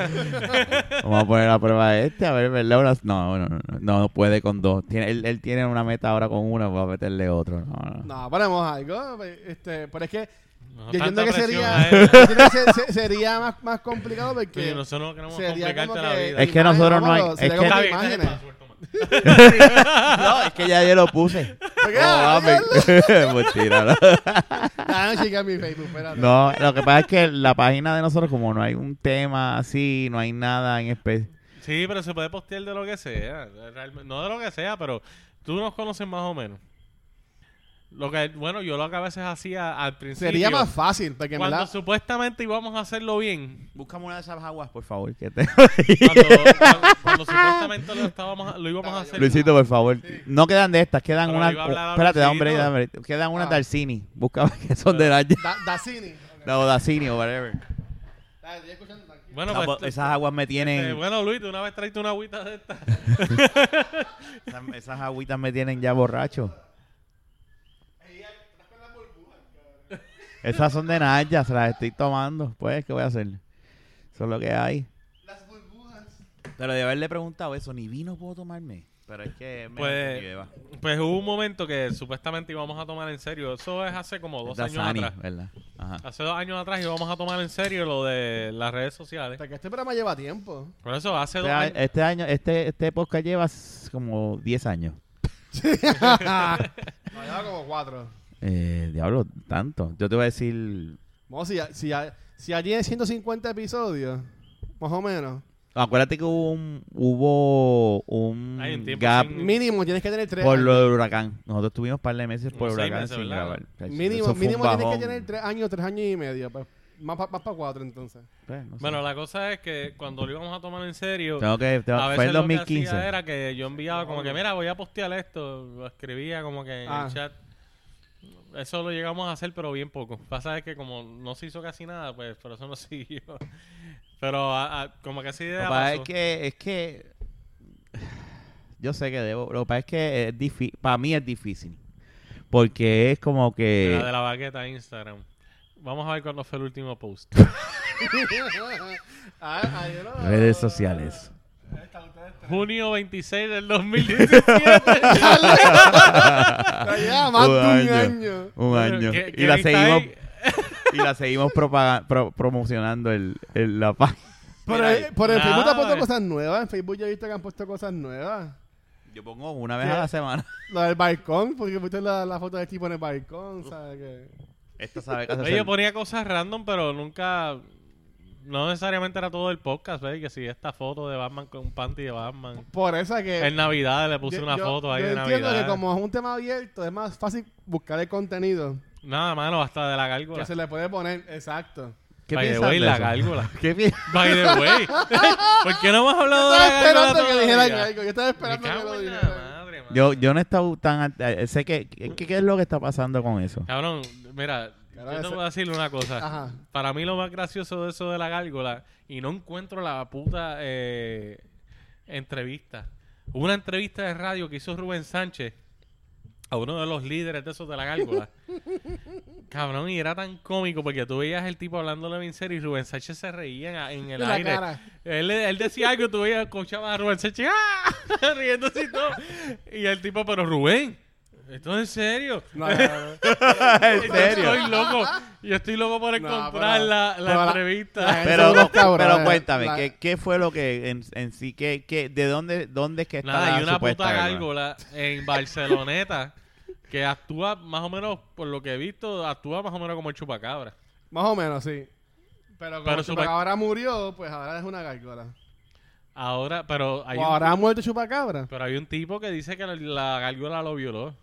Speaker 1: Vamos a poner a prueba este, a ver, ¿verdad? Una- No, no, no, no, no puede con dos. Tiene, él, él tiene una meta ahora con una, va a meterle otro. No, no.
Speaker 3: No, ponemos algo. Este, pero es que
Speaker 2: No,
Speaker 3: yo entiendo
Speaker 2: tanta
Speaker 3: que
Speaker 2: presión
Speaker 3: sería,
Speaker 2: a
Speaker 3: (laughs)
Speaker 2: él.
Speaker 3: yo entiendo que se- se- sería más, más complicado porque...
Speaker 2: Coño, nosotros no queremos
Speaker 3: sería
Speaker 2: complicarte
Speaker 3: como
Speaker 2: la
Speaker 3: que-
Speaker 2: vida.
Speaker 1: Es que nosotros no hay-
Speaker 3: vámonos,
Speaker 1: es
Speaker 3: sería
Speaker 1: que-
Speaker 2: Está
Speaker 3: como
Speaker 1: Está
Speaker 2: bien, está bien,
Speaker 3: imágenes.
Speaker 2: paso, toma.
Speaker 1: No, es que ya yo lo (laughs) puse.
Speaker 3: Porque,
Speaker 1: No,
Speaker 3: ah,
Speaker 1: mami. (laughs) Mentira, no.
Speaker 3: Ah, no, chica, mi Facebook, espérate.
Speaker 1: No, lo que pasa es que la página de nosotros, como no hay un tema así, no hay nada en especie.
Speaker 2: Sí, pero se puede postear de lo que sea. Realme- No de lo que sea, pero tú nos conoces más o menos. Lo que, bueno, yo lo que a veces hacía al principio.
Speaker 3: Sería más fácil, porque en
Speaker 2: Cuando
Speaker 3: verdad...
Speaker 2: supuestamente íbamos a hacerlo bien,
Speaker 1: Búscame una de esas aguas, por favor. Que te...
Speaker 2: cuando, cuando- cuando supuestamente lo, estábamos, lo íbamos a
Speaker 1: (laughs)
Speaker 2: hacer,
Speaker 1: Luisito, por favor. No quedan de estas, quedan
Speaker 2: Pero
Speaker 1: unas.
Speaker 2: iba a hablar a
Speaker 1: Espérate, da
Speaker 2: Luisito.
Speaker 1: hombre, Quedan unas
Speaker 3: Ah.
Speaker 1: Darcini. Busca que son de la.
Speaker 3: Da, Dacini. ok.
Speaker 1: No, Darcini o whatever.
Speaker 3: Dale, estoy escuchando tranquilo.
Speaker 2: Bueno,
Speaker 1: Ah,
Speaker 2: pues,
Speaker 1: pues, esas aguas me
Speaker 2: eh,
Speaker 1: tienen.
Speaker 2: bueno, Luis, de una vez traíste una agüita de esta.
Speaker 1: Esas, esas agüitas me tienen ya borracho. Esas son de Naya, se las estoy tomando. Pues, ¿qué voy a hacer? Eso es lo que hay.
Speaker 3: Las burbujas.
Speaker 1: Pero de haberle preguntado eso, ni vino puedo tomarme. Pero es que me
Speaker 2: Pues- Pues hubo un momento que supuestamente íbamos a tomar en serio. Eso es hace como dos años atrás.
Speaker 1: ¿verdad? Ajá.
Speaker 2: Hace dos años atrás íbamos a tomar en serio lo de las redes sociales.
Speaker 3: Porque este programa lleva tiempo.
Speaker 2: Por eso hace
Speaker 1: Este,
Speaker 2: dos
Speaker 1: a-
Speaker 2: años.
Speaker 1: este año, este, este podcast lleva s- como 10 años.
Speaker 3: No, (laughs) lleva como cuatro.
Speaker 1: Eh, diablo, tanto. Yo te voy a decir.
Speaker 3: Vamos, si ya, si ya, si ya tiene 150 episodios, más o menos,
Speaker 1: Acuérdate que hubo un, hubo un
Speaker 2: Hay un tiempo
Speaker 1: gap
Speaker 2: sin-
Speaker 3: mínimo tienes que tener tres.
Speaker 1: por
Speaker 3: años.
Speaker 1: lo del huracán. Nosotros tuvimos par de meses por
Speaker 2: Como seis
Speaker 1: huracán
Speaker 2: meses,
Speaker 1: sin
Speaker 2: ¿verdad?
Speaker 1: grabar. Eso fue
Speaker 3: mínimo
Speaker 1: un
Speaker 3: mínimo tienes que
Speaker 1: bajón.
Speaker 3: tener tres años, tres años y medio. Pues, más para cuatro entonces.
Speaker 1: Pues, no sé.
Speaker 2: Bueno, la cosa es que cuando lo íbamos a tomar en serio,
Speaker 1: Tengo que, tengo-
Speaker 2: a veces
Speaker 1: fue en
Speaker 2: lo
Speaker 1: 2015.
Speaker 2: que hacía era que yo enviaba como que, mira, voy a postear esto, lo escribía como que en
Speaker 3: Ah.
Speaker 2: el chat. Eso lo llegamos a hacer, pero bien poco. Pasa es que como no se hizo casi nada, pues por eso no (laughs) siguió. Pero a- a- como que así
Speaker 1: Lo
Speaker 2: de
Speaker 1: que pasa es que, es que yo sé que debo, lo que pasa es que es difí- para mí es difícil. Porque es como que
Speaker 2: la de la baqueta de Instagram. Vamos a ver cuándo fue el
Speaker 1: (laughs)
Speaker 2: último post.
Speaker 3: Ah, ah, yo no-
Speaker 1: redes
Speaker 3: (laughs)
Speaker 1: sociales.
Speaker 2: Junio 26 del
Speaker 1: (laughs)
Speaker 2: 2017.
Speaker 3: Ah, (laughs) ya, más
Speaker 1: Un
Speaker 3: de un
Speaker 1: año.
Speaker 3: año.
Speaker 1: Un año.
Speaker 2: ¿Qué-
Speaker 1: Y
Speaker 2: qué
Speaker 1: la
Speaker 2: lista
Speaker 1: seguimos,
Speaker 2: hay?
Speaker 1: y la seguimos propaga- pro- promocionando el, el- la página.
Speaker 3: Pero,
Speaker 1: Mira,
Speaker 3: eh, pero en
Speaker 2: nada,
Speaker 3: Facebook te han puesto
Speaker 2: eh.
Speaker 3: cosas nuevas. En Facebook yo he visto que han puesto cosas nuevas.
Speaker 1: Yo pongo una vez a la semana.
Speaker 3: Lo del balcón, porque viste la, la foto del tipo en el balcón, ¿sabes qué?
Speaker 1: Esta sabe qué
Speaker 2: Oye,
Speaker 1: hacer.
Speaker 2: Pues yo ponía cosas random, pero nunca. No necesariamente era todo el podcast, ¿ves? Que si esta foto de Batman con un panty de Batman.
Speaker 3: Por eso es que...
Speaker 2: En Navidad le puse una foto ahí
Speaker 3: Eh,
Speaker 2: de
Speaker 3: yo entiendo
Speaker 2: Navidad.
Speaker 3: que como es un tema abierto, es más fácil buscar el contenido
Speaker 2: Nada, mano, hasta de la gárgola.
Speaker 3: que se le puede poner. Exacto.
Speaker 1: ¿Qué
Speaker 2: By the
Speaker 1: piensas
Speaker 2: way,
Speaker 1: de
Speaker 2: la
Speaker 1: eso?
Speaker 2: gárgola.
Speaker 1: ¿Qué pi-
Speaker 2: By
Speaker 3: (laughs)
Speaker 2: the way. (laughs) ¿Por qué no hemos hablado
Speaker 3: Yo
Speaker 2: de la
Speaker 3: estaba
Speaker 2: gárgola
Speaker 3: esperando que
Speaker 2: todavía?
Speaker 3: dijeran algo. Yo estaba
Speaker 2: Me
Speaker 3: esperando que
Speaker 2: cago
Speaker 3: lo
Speaker 2: en la
Speaker 3: dijeran.
Speaker 2: madre, mano.
Speaker 1: Yo, yo no he estado tan... at- eh, Sé que... ¿Qué qué es lo que está pasando con
Speaker 2: (laughs)
Speaker 1: eso?
Speaker 2: Cabrón, mira,
Speaker 3: Claro,
Speaker 2: yo te
Speaker 3: ese-
Speaker 2: voy a decir una cosa.
Speaker 3: Ajá.
Speaker 2: Para mí lo más gracioso de eso de la gárgola, y no encuentro la puta eh, entrevista. Hubo Una entrevista de radio que hizo Rubén Sánchez a uno de los líderes de esos de la
Speaker 3: (laughs)
Speaker 2: gárgola. Cabrón, y era tan cómico porque tú veías el tipo hablándole bien serio y Rubén Sánchez se reía en, a- en el
Speaker 3: La
Speaker 2: aire.
Speaker 3: cara.
Speaker 2: Él, él decía algo, tú veías, escuchabas a Rubén Sánchez ¡ah! (laughs) riéndose y todo. Y el tipo, pero Rubén, ¿esto es en serio?
Speaker 3: No, no, no.
Speaker 1: ¿En
Speaker 2: Yo estoy loco. Yo estoy loco por encontrar
Speaker 3: pero-
Speaker 2: la, la
Speaker 3: pero la-
Speaker 2: entrevista.
Speaker 3: la-
Speaker 1: Pero,
Speaker 3: Son unos cabrones.
Speaker 1: pero cuéntame,
Speaker 3: La-
Speaker 1: ¿qué, qué fue lo que en, en sí, qué, qué- de dónde, dónde es que está
Speaker 2: Nada,
Speaker 1: la
Speaker 2: hay una
Speaker 1: supuesta
Speaker 2: puta
Speaker 1: gárgola?
Speaker 2: gárgola en Barceloneta que actúa más o menos, por lo que he visto, actúa más o menos como el chupacabra.
Speaker 3: Más o menos, sí. Pero como
Speaker 2: Pero Chupac-
Speaker 3: Chupacabra murió, pues ahora es una gárgola.
Speaker 2: Ahora, pero hay,
Speaker 3: O
Speaker 2: un,
Speaker 3: ahora ha muerto Chupacabra.
Speaker 2: pero hay un tipo que dice que la, la gárgola lo violó.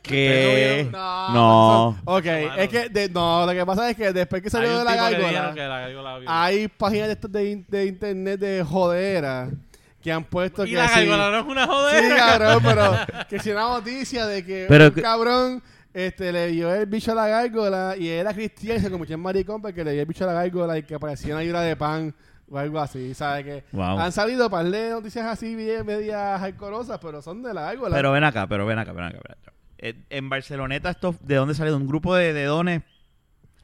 Speaker 1: que Eh,
Speaker 3: No.
Speaker 1: no,
Speaker 3: Ok,
Speaker 2: Mano.
Speaker 3: es que de- no, lo que pasa es que después que
Speaker 2: Hay
Speaker 3: salió
Speaker 2: un
Speaker 3: de la
Speaker 2: tipo que dijeron que
Speaker 3: gárgola,
Speaker 2: la gárgola vio.
Speaker 3: hay páginas
Speaker 2: Mm.
Speaker 3: de, estas de, in- de internet de jodera que han puesto
Speaker 2: y
Speaker 3: que
Speaker 2: la
Speaker 3: sí.
Speaker 2: gárgola no es una
Speaker 3: Sí,
Speaker 2: jodera.
Speaker 3: cabrón, pero que si una noticia de que
Speaker 1: Pero
Speaker 3: un
Speaker 1: que-
Speaker 3: cabrón este, le dio el bicho a la gárgola y era cristiano y se convirtió en maricón porque le dio el bicho a la gárgola y que aparecía una libra de pan o algo así, ¿sabes? Que
Speaker 1: Wow.
Speaker 3: han salido par de noticias así bien medias alcorosas, pero son de la gárgola.
Speaker 1: pero ven acá, pero ven acá, ven acá. ven acá. Eh, En Barceloneta, esto, ¿de dónde sale? De un grupo de, de dones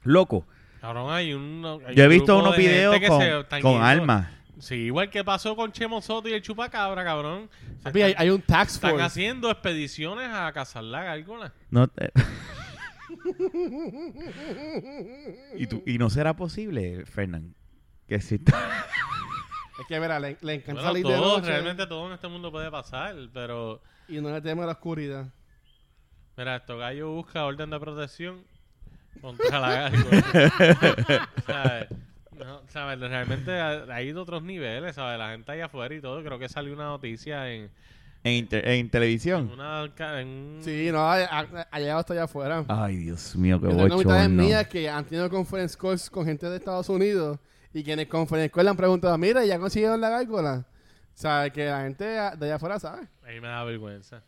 Speaker 1: locos.
Speaker 2: Cabrón, hay un. hay
Speaker 1: Yo he
Speaker 2: un
Speaker 1: visto
Speaker 2: grupo
Speaker 1: unos
Speaker 2: de gente
Speaker 1: videos
Speaker 2: que
Speaker 1: con,
Speaker 2: se están
Speaker 1: con
Speaker 2: yendo.
Speaker 1: almas.
Speaker 2: Sí, igual que pasó con Chemo Soto y el Chupacabra, cabrón. Se
Speaker 3: Papi, hay,
Speaker 2: están,
Speaker 3: hay un tax
Speaker 2: están
Speaker 3: force.
Speaker 2: haciendo expediciones a cazar la gárgola.
Speaker 1: No te- (laughs) ¿Y, tú- y no será posible, Fernán, que exista.
Speaker 3: Es que, mira, le, le encanta
Speaker 2: Bueno,
Speaker 3: salir de
Speaker 2: todo,
Speaker 3: noche
Speaker 2: realmente todo en este mundo puede pasar, pero.
Speaker 3: y no le teme a la oscuridad.
Speaker 2: Mira, esto gallo busca orden de protección contra la gárgola.
Speaker 3: (laughs)
Speaker 2: (laughs) ¿Sabes? No, ¿sabes? Realmente ha- hay de otros niveles, ¿sabes? La gente allá afuera y todo. Creo que salió una noticia en,
Speaker 1: En, inter- en
Speaker 2: en
Speaker 1: televisión.
Speaker 2: una. ca- en un-
Speaker 3: Sí, no, a- a- allá hasta allá afuera.
Speaker 1: Ay, Dios mío, qué
Speaker 3: Yo tengo amistades
Speaker 1: bochorno.
Speaker 3: mías que han tenido conference calls con gente de Estados Unidos y que en el conference call le han preguntado, mira, ¿ya consiguieron la gárgola? O sea, que la gente de allá afuera sabe.
Speaker 2: Ahí me da vergüenza.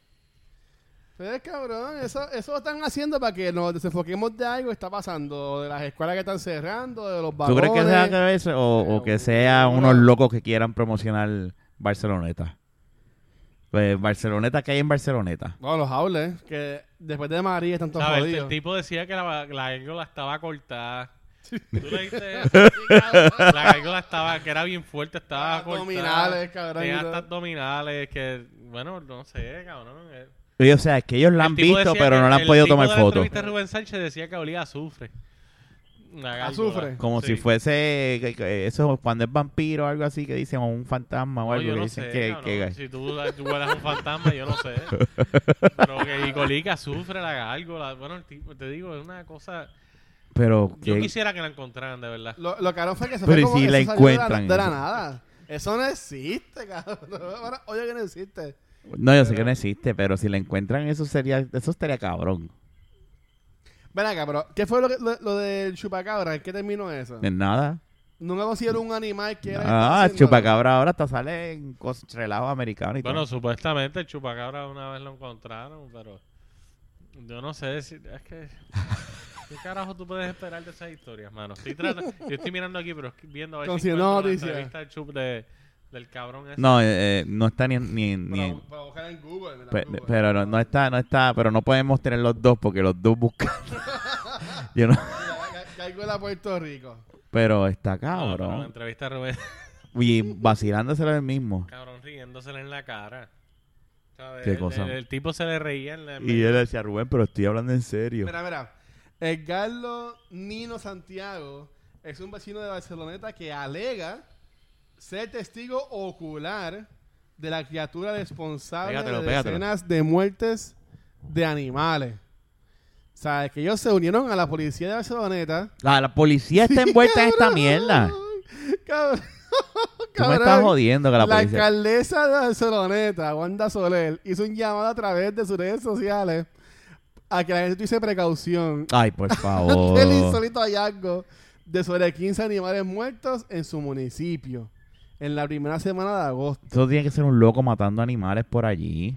Speaker 3: Ustedes, cabrón, eso, eso lo están haciendo para que nos desenfoquemos de algo que está pasando, o de las escuelas que están cerrando, de los
Speaker 1: ¿Tú
Speaker 3: vagones.
Speaker 1: crees que sea que eso, o, o que sea unos locos que quieran promocionar Barceloneta? Pues Barceloneta, que hay en Barceloneta?
Speaker 3: Bueno, los haules, que después de María están todos
Speaker 2: ¿Sabes? El
Speaker 3: jodidos.
Speaker 2: tipo decía que la, la gárgola estaba cortada. ¿Tú leíste eso? la gárgola estaba, que era bien fuerte, estaba cortada.
Speaker 3: Abdominales, cabrón, y
Speaker 2: Tenía hasta
Speaker 3: todo.
Speaker 2: abdominales, que, bueno, no sé, cabrón. El-
Speaker 1: Y, o sea, es que ellos la
Speaker 2: el
Speaker 1: han
Speaker 2: tipo
Speaker 1: visto,
Speaker 2: decía
Speaker 1: pero
Speaker 2: que
Speaker 1: no la han
Speaker 2: el
Speaker 1: podido
Speaker 2: tipo
Speaker 1: tomar
Speaker 2: de la
Speaker 1: foto.
Speaker 2: entrevista de Rubén Sánchez decía que olía a azufre. La gárgola.
Speaker 3: Azufre.
Speaker 1: Como
Speaker 2: Sí.
Speaker 1: si fuese, que- que eso cuando es vampiro o algo así, que dicen, o un fantasma o
Speaker 2: No,
Speaker 1: algo,
Speaker 2: yo
Speaker 1: que
Speaker 2: no
Speaker 1: dicen
Speaker 2: sé,
Speaker 1: que...
Speaker 2: cabrón.
Speaker 1: que-
Speaker 2: Si tú, tú eres un fantasma, yo
Speaker 1: (laughs)
Speaker 2: no sé. Pero que Icolica sufre la gárgola. Bueno, el tipo, te digo, es una cosa...
Speaker 1: Pero
Speaker 2: Yo
Speaker 1: que-
Speaker 2: quisiera que la encontraran, de verdad.
Speaker 3: Lo, lo caro fue que se
Speaker 1: Pero
Speaker 3: fue
Speaker 1: ¿y
Speaker 3: como
Speaker 1: si
Speaker 3: eso
Speaker 1: la
Speaker 3: salió
Speaker 1: encuentran?
Speaker 3: de la, de la nada. Eso no existe, cabrón. (laughs) Ahora, Oye, que no existe.
Speaker 1: No, yo sé que no existe, pero si la encuentran, eso sería, eso estaría cabrón.
Speaker 3: Ven acá, pero ¿qué fue lo, que- lo, lo del chupacabra? ¿En qué terminó eso?
Speaker 1: En nada.
Speaker 3: Nunca considero un animal que era.
Speaker 1: Ah,
Speaker 3: estaba haciendo-
Speaker 1: chupacabra ahora hasta sale en cos- relajo americano y
Speaker 2: Bueno,
Speaker 1: todo.
Speaker 2: supuestamente el chupacabra una vez lo encontraron, pero yo no sé si es que ¿qué carajo tú puedes esperar de esas historias, mano? Estoy trat- yo estoy mirando aquí, pero es que viendo a ver
Speaker 3: Con
Speaker 2: si
Speaker 3: cien
Speaker 2: encuentro la
Speaker 3: noticias.
Speaker 2: entrevista del chup de- del cabrón ese.
Speaker 1: No, eh, eh, no está ni, en- ni, en-
Speaker 3: Para,
Speaker 1: ni en-
Speaker 3: bu- para buscar en Google. mira,
Speaker 1: Pe-
Speaker 3: Google.
Speaker 1: pero no, no está, no está, pero no podemos tener los dos porque los dos buscan. (laughs) Yo no-
Speaker 3: Mira, ca- Caigo en la Puerto Rico.
Speaker 1: pero está
Speaker 2: No, Ah, pero la
Speaker 1: cabrón.
Speaker 2: entrevista de Rubén, (laughs)
Speaker 1: Y vacilándoselo el mismo.
Speaker 2: cabrón riéndosele en la cara. ¿Sabes?
Speaker 1: Qué
Speaker 2: El-
Speaker 1: cosa.
Speaker 2: El, el tipo se le reía en la
Speaker 1: Y él decía, Rubén, pero estoy hablando en serio.
Speaker 3: Mira, mira. Edgardo Nino Santiago es un vecino de Barceloneta que alega ser testigo ocular de la criatura responsable
Speaker 1: Pégatelo,
Speaker 3: de
Speaker 1: pégatelo.
Speaker 3: decenas de muertes de animales. O sea, es que ellos se unieron a la policía de Barceloneta.
Speaker 1: La, la policía está envuelta en esta mierda.
Speaker 3: Cabrón.
Speaker 1: Tú me estás jodiendo que la
Speaker 3: La
Speaker 1: policía...
Speaker 3: alcaldesa de Barceloneta, Wanda Soler, hizo un llamado a través de sus redes sociales a que la gente tuviese precaución
Speaker 1: Ay,
Speaker 3: (laughs)
Speaker 1: por favor.
Speaker 3: ante el insólito hallazgo de sobre 15 animales muertos en su municipio en la primera semana de agosto.
Speaker 1: Eso tiene que ser un loco matando animales por allí.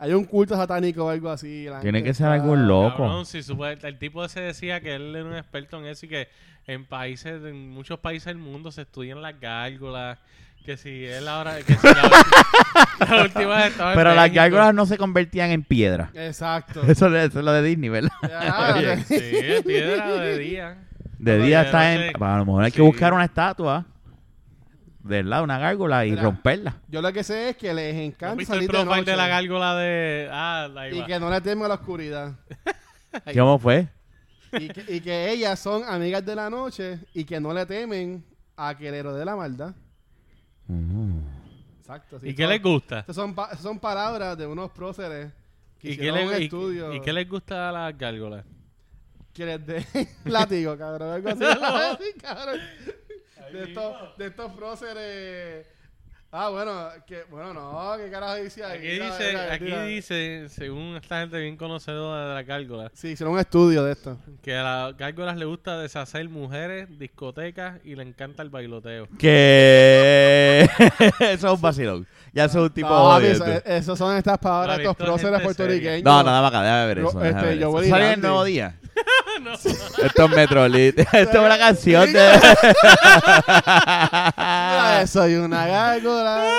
Speaker 3: Hay un culto satánico o algo así. la
Speaker 1: Tiene
Speaker 3: gente
Speaker 1: que ser
Speaker 3: está-
Speaker 1: algún loco.
Speaker 2: Cabrón, si supuest- el tipo ese decía que él era un experto en eso y que en países, en muchos países del mundo se estudian las gárgolas, que si él ahora, que si la, (laughs) la última vez estaba en
Speaker 1: Pero las
Speaker 2: México.
Speaker 1: gárgolas no se convertían en piedra. (laughs)
Speaker 3: Exacto.
Speaker 1: Eso, es eso es lo de Disney, ¿verdad?
Speaker 3: Ya,
Speaker 2: Oye,
Speaker 3: te-
Speaker 2: sí, piedra de día.
Speaker 3: (laughs)
Speaker 1: De
Speaker 2: Pero
Speaker 1: día
Speaker 2: de
Speaker 1: está
Speaker 2: noche-
Speaker 1: en... A lo mejor hay
Speaker 2: sí.
Speaker 1: que buscar una estatua. ¿Verdad? Una gárgola y
Speaker 3: Mira.
Speaker 1: romperla.
Speaker 3: Yo lo que sé es que les
Speaker 2: ¿Has
Speaker 3: encanta
Speaker 2: visto el
Speaker 3: salir de
Speaker 2: profile
Speaker 3: noche
Speaker 2: de la gárgola de... Ah, ahí
Speaker 3: y
Speaker 2: va.
Speaker 3: que no le temen a la oscuridad.
Speaker 1: ¿Cómo fue?
Speaker 3: y, que, y que ellas son amigas de la noche y que no le temen a que le rodee la maldad.
Speaker 1: Mm.
Speaker 3: Exacto. sí,
Speaker 2: ¿Y qué
Speaker 3: son-
Speaker 2: les gusta?
Speaker 3: estas son, pa- son palabras de unos próceres que
Speaker 2: ¿Y qué,
Speaker 3: hicieron un
Speaker 2: les, y-
Speaker 3: estudio
Speaker 2: y qué les gusta a las gárgolas?
Speaker 3: que les dé (laughs) látigo, cabrón.
Speaker 2: (laughs)
Speaker 3: (laughs) Algo así, cabrón. De estos, de estos próceres Ah, bueno, que, bueno, no, ¿qué carajo dice ahí?
Speaker 2: Aquí
Speaker 3: Mira,
Speaker 2: dice,
Speaker 3: mira,
Speaker 2: aquí
Speaker 3: mira.
Speaker 2: dice, según esta gente bien conocedora de las gárgolas,
Speaker 3: Sí, hicieron un estudio de esto.
Speaker 2: que a las gárgolas le gusta deshacer mujeres, discotecas y le encanta
Speaker 1: (laughs)
Speaker 2: el bailoteo.
Speaker 1: Que (laughs) eso es un vacilón. Ya eso es un tipo
Speaker 3: No,
Speaker 1: odio.
Speaker 3: eso-
Speaker 1: tú.
Speaker 3: esos son estas palabras,
Speaker 2: La
Speaker 3: estos
Speaker 2: visto gente
Speaker 3: próceres
Speaker 2: seria.
Speaker 3: puertorriqueños.
Speaker 1: No, nada más acá, déjame ver eso.
Speaker 3: Ro-
Speaker 1: déjame
Speaker 3: este,
Speaker 1: ver eso.
Speaker 3: Joel y
Speaker 1: ¿Sale el
Speaker 3: Randy.
Speaker 1: nuevo día? Esto es Metrolit. (laughs) Esto es una canción de. Ah.
Speaker 3: Mira, soy una gárgola.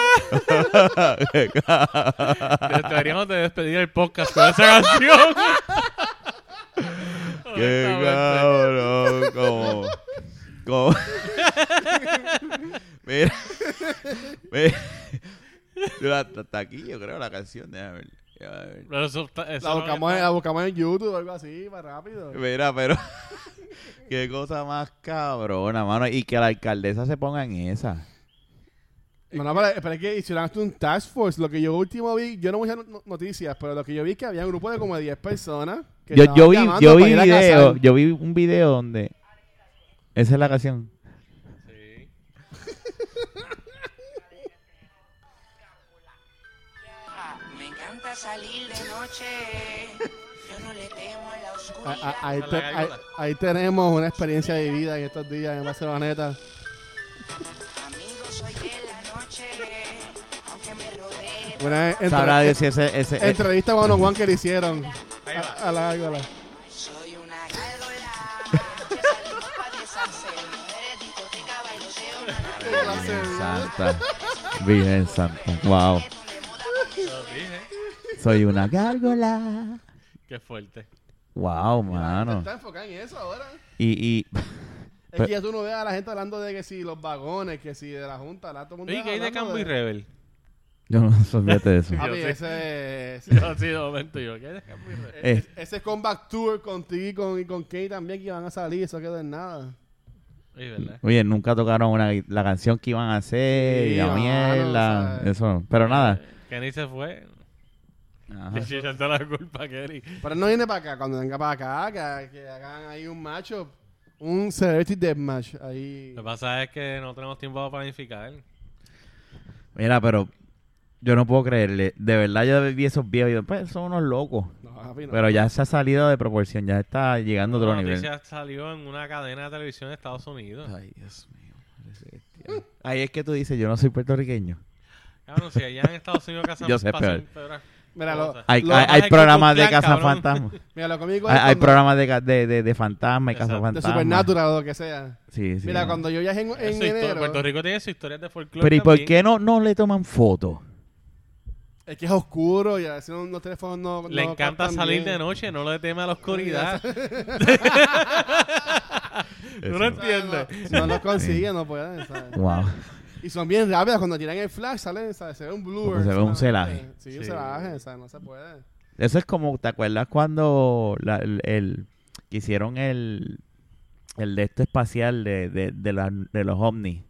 Speaker 1: (laughs)
Speaker 2: Deberíamos de despedir el podcast con esa canción.
Speaker 1: (laughs) Qué
Speaker 2: Honestamente.
Speaker 1: cabrón, como. como- mira. Mira. Yo la- Hasta aquí, yo creo, la canción. Déjame ver. déjame ver.
Speaker 2: Pero eso está- eso
Speaker 3: La
Speaker 2: no
Speaker 3: buscamos, en,
Speaker 2: está-
Speaker 3: la buscamos en YouTube o algo así, más rápido.
Speaker 1: Mira, pero. Qué cosa más cabrona, mano. Y que la alcaldesa se ponga en esa.
Speaker 3: No, no, pero, pero es que hicieron hasta un task force. Lo que yo último vi, yo no muchas no- noticias, pero lo que yo vi es que había un grupo de como de 10 personas. que
Speaker 1: Yo,
Speaker 3: estaban
Speaker 1: yo vi,
Speaker 3: llamando
Speaker 1: yo
Speaker 3: para
Speaker 1: vi
Speaker 3: ir a
Speaker 1: video.
Speaker 3: casar.
Speaker 1: Yo vi un video donde. Esa es la canción.
Speaker 2: Sí.
Speaker 4: Me encanta salir de noche. Yo no le temo a la
Speaker 3: A-
Speaker 4: oscuridad.
Speaker 3: a- ahí,
Speaker 2: La
Speaker 3: te- ahí,
Speaker 2: gárgola.
Speaker 3: ahí tenemos una experiencia de vida en estos días en Barceloneta.
Speaker 4: Amigo, soy de la noche. Aunque me rodee.
Speaker 3: Una entre-
Speaker 1: Sabrá Dios si ese. ese
Speaker 3: entrevista con los Juan que le hicieron a, a la gárgola.
Speaker 4: Soy una gárgola. Que salimos pa' deshacer. Mujeres, discoteca, bailoteo, una noche
Speaker 1: Virgen Santa. Virgen Santa. Wow.
Speaker 4: donde moda
Speaker 2: Lo dije.
Speaker 1: Soy una gárgola.
Speaker 2: Qué fuerte.
Speaker 1: Wow,
Speaker 3: Se
Speaker 1: mano.
Speaker 3: Está enfocada en eso ahora.
Speaker 1: Y, (laughs) y
Speaker 3: Es que ya tú no ves a la gente hablando de que si los vagones, que si de la Junta, la todo el mundo.
Speaker 2: Oye, ¿qué hay de
Speaker 3: hablando
Speaker 2: Cambo
Speaker 1: (laughs)
Speaker 2: y Rebel?
Speaker 1: yo no olvídate de eso.
Speaker 3: Papi,
Speaker 2: Yo sé.
Speaker 3: ese, ese,
Speaker 2: Yo Ah, sí, de momento yo. ¿Qué hay de Cambo y Rebel?
Speaker 1: (laughs) Eh.
Speaker 3: ese comeback tour contigo y con, y con Kate también que iban a salir, eso quedó en nada.
Speaker 2: Oye, ¿verdad?
Speaker 1: Oye, nunca tocaron una, la canción que iban a hacer, y
Speaker 3: Sí,
Speaker 1: la
Speaker 3: mano,
Speaker 1: mierda,
Speaker 3: o sea,
Speaker 1: eso. Pero nada.
Speaker 2: Kenny se fue.
Speaker 1: Ah. Ajá.
Speaker 3: eh,
Speaker 2: Que se echó la culpa a Kenny.
Speaker 3: Pero él no viene para acá, cuando venga para acá, que, que hagan ahí un matchup, un celebrity deathmatch ahí.
Speaker 2: Lo que pasa es que no tenemos tiempo para planificar.
Speaker 1: Mira, pero yo no puedo creerle. De verdad, yo vi esos viejos y yo, pues, son unos locos.
Speaker 3: No, papi, no.
Speaker 1: Pero ya se ha salido de proporción, ya está llegando a otro
Speaker 2: La
Speaker 1: nivel.
Speaker 2: noticia salió en una cadena de televisión de Estados Unidos.
Speaker 1: Ay, Dios mío. madre celestial. Ahí es que tú dices, yo no soy puertorriqueño.
Speaker 2: Cabrón, si allá en
Speaker 1: (laughs)
Speaker 2: Estados Unidos casan
Speaker 1: Yo sé,
Speaker 2: pasan
Speaker 1: peor.
Speaker 2: peoras
Speaker 3: Mira, lo-
Speaker 2: cosas.
Speaker 1: Hay,
Speaker 3: Lo
Speaker 1: hay,
Speaker 2: más
Speaker 1: hay
Speaker 2: es que
Speaker 1: programas
Speaker 2: tú
Speaker 1: de
Speaker 2: plan, cabrón.
Speaker 1: cazafantasmas.
Speaker 3: mira, (laughs) lo conmigo
Speaker 1: Hay, hay
Speaker 3: programas
Speaker 1: programas de, ca- de, de, de fantasma y
Speaker 2: Exacto.
Speaker 3: de
Speaker 1: cazafantasmas.
Speaker 3: Supernatural o lo que sea.
Speaker 1: Sí, sí.
Speaker 3: mira,
Speaker 1: no.
Speaker 3: cuando yo viajé en, en
Speaker 2: Eso, y todo- Puerto
Speaker 3: enero,
Speaker 2: Rico tiene sus historias de folclore.
Speaker 1: Pero ¿y por
Speaker 2: también.
Speaker 1: qué no, no le toman fotos?
Speaker 3: es que es oscuro y a veces los, los teléfonos no. pues
Speaker 2: Le
Speaker 3: no
Speaker 2: encanta
Speaker 3: captan
Speaker 2: salir
Speaker 3: bien.
Speaker 2: de noche, no le teme a la
Speaker 3: (laughs)
Speaker 2: oscuridad. ¿Tú no
Speaker 3: O sea, no-
Speaker 2: entiendes?
Speaker 3: Si no los consiguen, no pueden, ¿sabes?
Speaker 1: Wow.
Speaker 3: Y son bien rápidas cuando tiran el flash, salen, ¿sabes? se ve un blur.
Speaker 1: Porque se ve un
Speaker 3: ¿sabes?
Speaker 1: celaje.
Speaker 3: Sí,
Speaker 2: Sí.
Speaker 3: un celaje, o sea, no se puede.
Speaker 1: Eso es como, ¿te acuerdas cuando la- el, el- que hicieron el, el de esto espacial de, de, de, la- de los ovnis?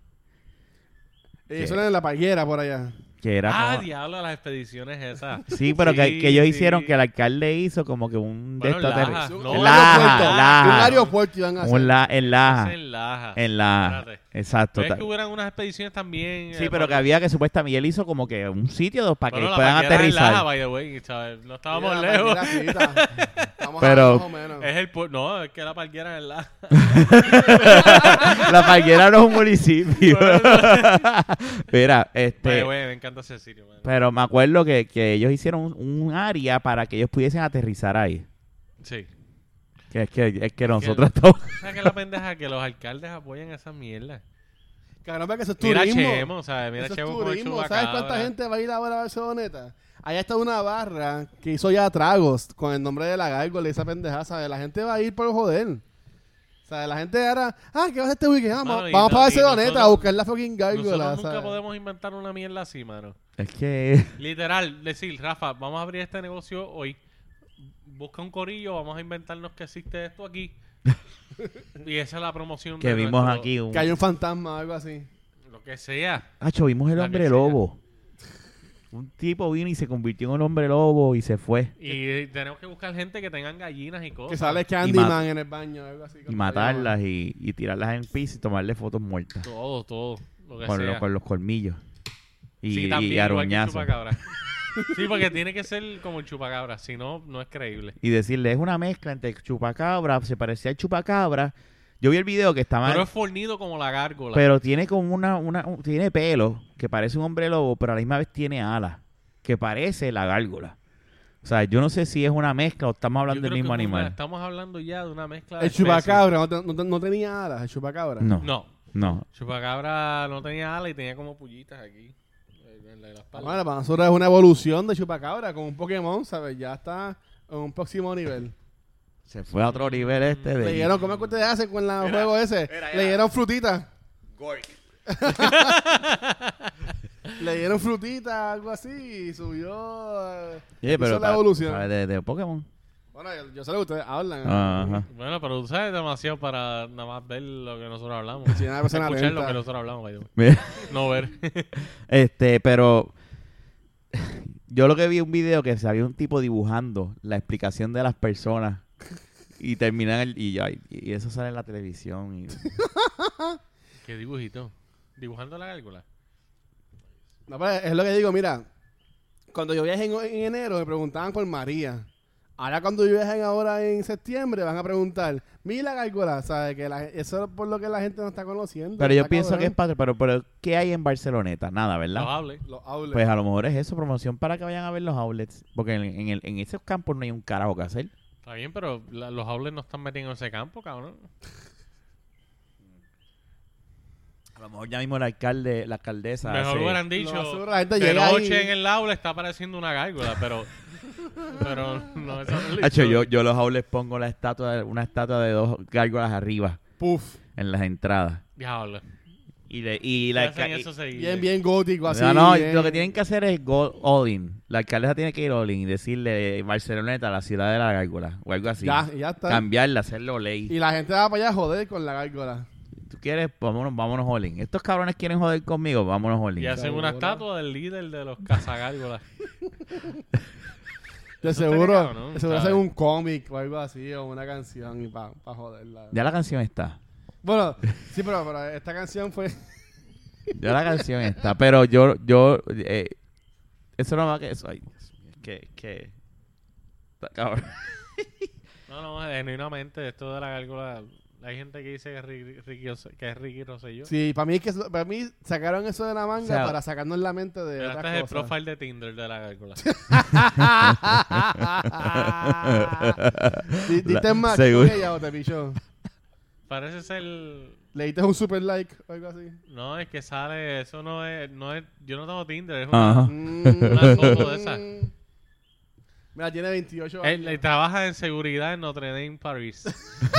Speaker 3: Y
Speaker 1: Sí.
Speaker 3: eso era en la paguera por allá.
Speaker 1: Que era
Speaker 2: Ah,
Speaker 1: como-
Speaker 2: diablo, las expediciones esas.
Speaker 1: Sí, pero que,
Speaker 2: Sí,
Speaker 1: que ellos hicieron,
Speaker 2: sí.
Speaker 1: que el alcalde hizo como que un de
Speaker 2: Bueno,
Speaker 1: estos
Speaker 2: Laja,
Speaker 1: aterri-
Speaker 2: no,
Speaker 3: Un
Speaker 1: en
Speaker 2: un
Speaker 1: Laja,
Speaker 3: aeropuerto, Un
Speaker 1: Laja.
Speaker 3: aeropuerto iban a hacer.
Speaker 1: Un la, en Laja.
Speaker 2: Es en Laja.
Speaker 1: Ah, En Laja.
Speaker 2: Espérate.
Speaker 1: Exacto.
Speaker 2: Pero es
Speaker 1: ta-
Speaker 2: que hubieran unas expediciones también.
Speaker 1: Sí,
Speaker 2: eh,
Speaker 1: pero que
Speaker 2: para-
Speaker 1: había que supuestamente él hizo como que un sitio dos para que
Speaker 2: Bueno, la
Speaker 1: puedan
Speaker 2: paquera en Laja,
Speaker 1: aterrizar.
Speaker 2: by the way, ¿sabes? No
Speaker 3: Mira,
Speaker 2: estábamos
Speaker 3: la
Speaker 2: lejos.
Speaker 3: paguera aquí, está. Estamos
Speaker 1: Pero-
Speaker 3: a más o menos.
Speaker 2: (laughs) Es el puer- No, es que la parguera en Laja.
Speaker 1: (laughs) la paquera no es un municipio. (laughs) Mira,
Speaker 2: By
Speaker 1: este.
Speaker 2: the way, me encanta ese sitio, man.
Speaker 1: Pero me acuerdo que, que ellos hicieron un, un área para que ellos pudiesen aterrizar ahí.
Speaker 2: Sí.
Speaker 1: Que es que, es que nosotros
Speaker 2: (laughs)
Speaker 1: estamos-
Speaker 2: ¿Sabes qué es la pendeja? Que los alcaldes apoyan esas mierdas.
Speaker 3: Caramba, que eso es
Speaker 2: Mira
Speaker 3: turismo.
Speaker 2: Chemo, ¿sabes? Mira
Speaker 3: Eso es
Speaker 2: Chemo con el
Speaker 3: turismo.
Speaker 2: chubacabra.
Speaker 3: ¿Sabes cuánta gente va a ir ahora a Barceloneta? Allá está una barra que hizo ya tragos con el nombre de la gárgola y esa pendejada, ¿sabes? La gente va a ir por joder. O sea, la gente ahora, ah, ¿qué vas a hacer este weekend? Vamos,
Speaker 2: Mano, y
Speaker 3: vamos
Speaker 2: no-
Speaker 3: para
Speaker 2: y
Speaker 3: Barceloneta
Speaker 2: nosotros-
Speaker 3: a buscar la fucking gárgola,
Speaker 2: Nosotros nunca
Speaker 3: ¿sabes?
Speaker 2: podemos inventar una mierda así, mano.
Speaker 1: Es que.
Speaker 2: Literal, decir, Rafa, vamos a abrir este negocio hoy. Busca un corillo, vamos a inventarnos que existe esto
Speaker 3: (laughs)
Speaker 2: aquí. y esa es la promoción
Speaker 1: Que
Speaker 2: de
Speaker 1: vimos
Speaker 2: nuestro-
Speaker 1: aquí un.
Speaker 3: Que hay un fantasma o algo así.
Speaker 2: Lo que sea.
Speaker 1: Acho, vimos el
Speaker 2: La
Speaker 1: hombre
Speaker 2: que
Speaker 1: lobo. Un tipo vino y se convirtió en un hombre lobo y se fue.
Speaker 2: Y tenemos que buscar gente que tengan gallinas y cosas.
Speaker 3: Que sale
Speaker 1: Y
Speaker 3: Candyman en el baño o algo así.
Speaker 1: Y matarlas y, y tirarlas en piso y tomarle fotos muertas.
Speaker 2: Todo, todo. Lo que
Speaker 1: Con,
Speaker 2: sea.
Speaker 1: los- con los colmillos. Y,
Speaker 2: sí,
Speaker 1: y
Speaker 2: también, igual que el
Speaker 1: aruñazo.
Speaker 2: chupacabra. sí, porque tiene que ser como el chupacabra, si no, no es creíble.
Speaker 1: Y decirle, es una mezcla entre chupacabra, se parecía al chupacabra. Yo vi el video que estaba...
Speaker 2: Pero es fornido como la gárgola.
Speaker 1: Pero tiene como una, una un- tiene pelo que parece un hombre lobo, pero a la misma vez tiene alas que parece la gárgola. O sea, yo no sé si es una mezcla o estamos
Speaker 2: Yo
Speaker 1: hablando del
Speaker 2: creo
Speaker 1: mismo
Speaker 2: que es una-
Speaker 1: animal.
Speaker 2: estamos hablando ya de una mezcla de
Speaker 3: El
Speaker 2: especies.
Speaker 3: chupacabra, no, te- no te- no tenía alas, el chupacabra.
Speaker 1: No, no,
Speaker 2: No, chupacabra no tenía alas y tenía como pullitas aquí. eh, En la de la espalda.
Speaker 3: Bueno, la Panzura es una evolución de chupacabra con un Pokémon, ¿sabes? Ya está en un próximo nivel.
Speaker 1: Se fue a otro nivel este
Speaker 3: Le
Speaker 1: de.
Speaker 3: dieron, ¿cómo es que ustedes hacen con el juego ese?
Speaker 1: era,
Speaker 3: Le
Speaker 1: era.
Speaker 3: dieron frutita. (laughs) Le dieron frutita, algo así, y subió. eh,
Speaker 1: Oye,
Speaker 3: hizo
Speaker 1: pero
Speaker 3: la
Speaker 1: pa-
Speaker 3: evolución.
Speaker 1: ¿sabes? de, de Pokémon.
Speaker 3: Bueno, yo, yo sé lo que ustedes hablan.
Speaker 1: Ajá.
Speaker 2: Bueno, pero tú sabes demasiado para nada más ver lo que nosotros hablamos.
Speaker 3: Si una persona
Speaker 2: Escuchar lo
Speaker 3: lenta.
Speaker 2: que nosotros hablamos, by the way.
Speaker 1: Mira,
Speaker 2: No ver.
Speaker 1: este, pero (sighs) yo lo que vi un video que se había un tipo dibujando la explicación de las personas y terminan el- y, yo, ay, y eso sale en la televisión
Speaker 2: (laughs)
Speaker 1: y
Speaker 2: (laughs) ¿Qué dibujito? ¿Dibujando la gárgola?
Speaker 3: No, pero es lo que digo, mira. Cuando yo viajé en, en enero me preguntaban por María. Ahora cuando yo viajen ahora en septiembre van a preguntar, mira Gárgola, ¿sabes? Que la- eso es por lo que la gente no está conociendo.
Speaker 1: Pero yo
Speaker 3: está
Speaker 1: pienso
Speaker 3: cabrón.
Speaker 1: que es padre, pero, pero ¿qué hay en Barceloneta? Nada, ¿verdad?
Speaker 2: No hable.
Speaker 3: Los outlets.
Speaker 1: Pues a lo mejor es eso, promoción para que vayan a ver los outlets. Porque en, en, el- en esos campos no hay un carajo que hacer.
Speaker 2: Está bien, pero la- los hables no están metiendo en ese campo, cabrón.
Speaker 1: A lo mejor ya mismo la alcalde, la alcaldesa.
Speaker 2: Mejor
Speaker 1: hace-
Speaker 2: hubieran
Speaker 3: Lo
Speaker 2: dicho.
Speaker 3: basura, la gente
Speaker 2: De
Speaker 3: llega ahí.
Speaker 2: noche en el aula está apareciendo una gárgola,
Speaker 3: (laughs)
Speaker 2: pero. pero no, esa no es la
Speaker 1: Hacho, yo,
Speaker 2: historia.
Speaker 1: yo los outlets pongo la estatua, de- una estatua de dos gárgolas arriba
Speaker 3: Puf.
Speaker 1: en las entradas.
Speaker 2: Diablo.
Speaker 1: Y, le- y la
Speaker 2: La hacen
Speaker 1: alca-
Speaker 2: eso seguido.
Speaker 3: Bien, bien gótico, así.
Speaker 1: No, no,
Speaker 3: bien.
Speaker 1: lo que tienen que hacer es go all in. La alcaldesa tiene que ir all in y decirle eh, Barceloneta, la ciudad de la gárgola o algo así.
Speaker 3: Ya, ya está.
Speaker 1: Cambiarla, hacerlo ley.
Speaker 3: Y la gente va para allá a joder con la gárgola.
Speaker 1: tú quieres, vámonos, vámonos Olin. Estos cabrones quieren joder conmigo, vámonos Olin.
Speaker 2: Y hacen
Speaker 3: Seguro.
Speaker 2: una estatua del líder de los cazagárgolas.
Speaker 3: De
Speaker 2: Eso
Speaker 3: seguro,
Speaker 2: estaría cabrón,
Speaker 3: de seguro
Speaker 2: ¿sabes?
Speaker 3: hacen un cómic o algo así, o una canción y para pa joderla.
Speaker 1: Ya la canción está. (laughs)
Speaker 3: Bueno, sí, pero, pero esta canción fue...
Speaker 1: Ya la canción está. (laughs) Pero yo, yo, eh, eso no va que eso. Ay, Dios mío, que, que. está Cabrón.
Speaker 2: No, no, genuinamente, esto de la gárgola. Hay gente que dice que es Ricky, Ricky Ose- que es Ricky Rosselló.
Speaker 3: Sí, para mí, es que, para mí sacaron eso de la manga
Speaker 1: O sea,
Speaker 3: para sacarnos la mente de
Speaker 2: Pero
Speaker 3: otras
Speaker 2: este es el
Speaker 3: cosas.
Speaker 2: profile de Tinder de la gárgola.
Speaker 3: (laughs) (laughs) Di- Diste
Speaker 1: La-
Speaker 3: más
Speaker 1: seguro.
Speaker 3: que ella o te pichó.
Speaker 2: Parece ser.
Speaker 3: Le diste un super like o algo así.
Speaker 2: No, es que sale. Eso no es. no es Yo no tengo Tinder. Es una-
Speaker 1: Ajá.
Speaker 2: Una
Speaker 3: Una
Speaker 2: foto de esa.
Speaker 3: Mm.
Speaker 2: Eh,
Speaker 3: Mira, tiene 28
Speaker 2: Él, él
Speaker 3: años.
Speaker 2: trabaja en seguridad en Notre Dame, París.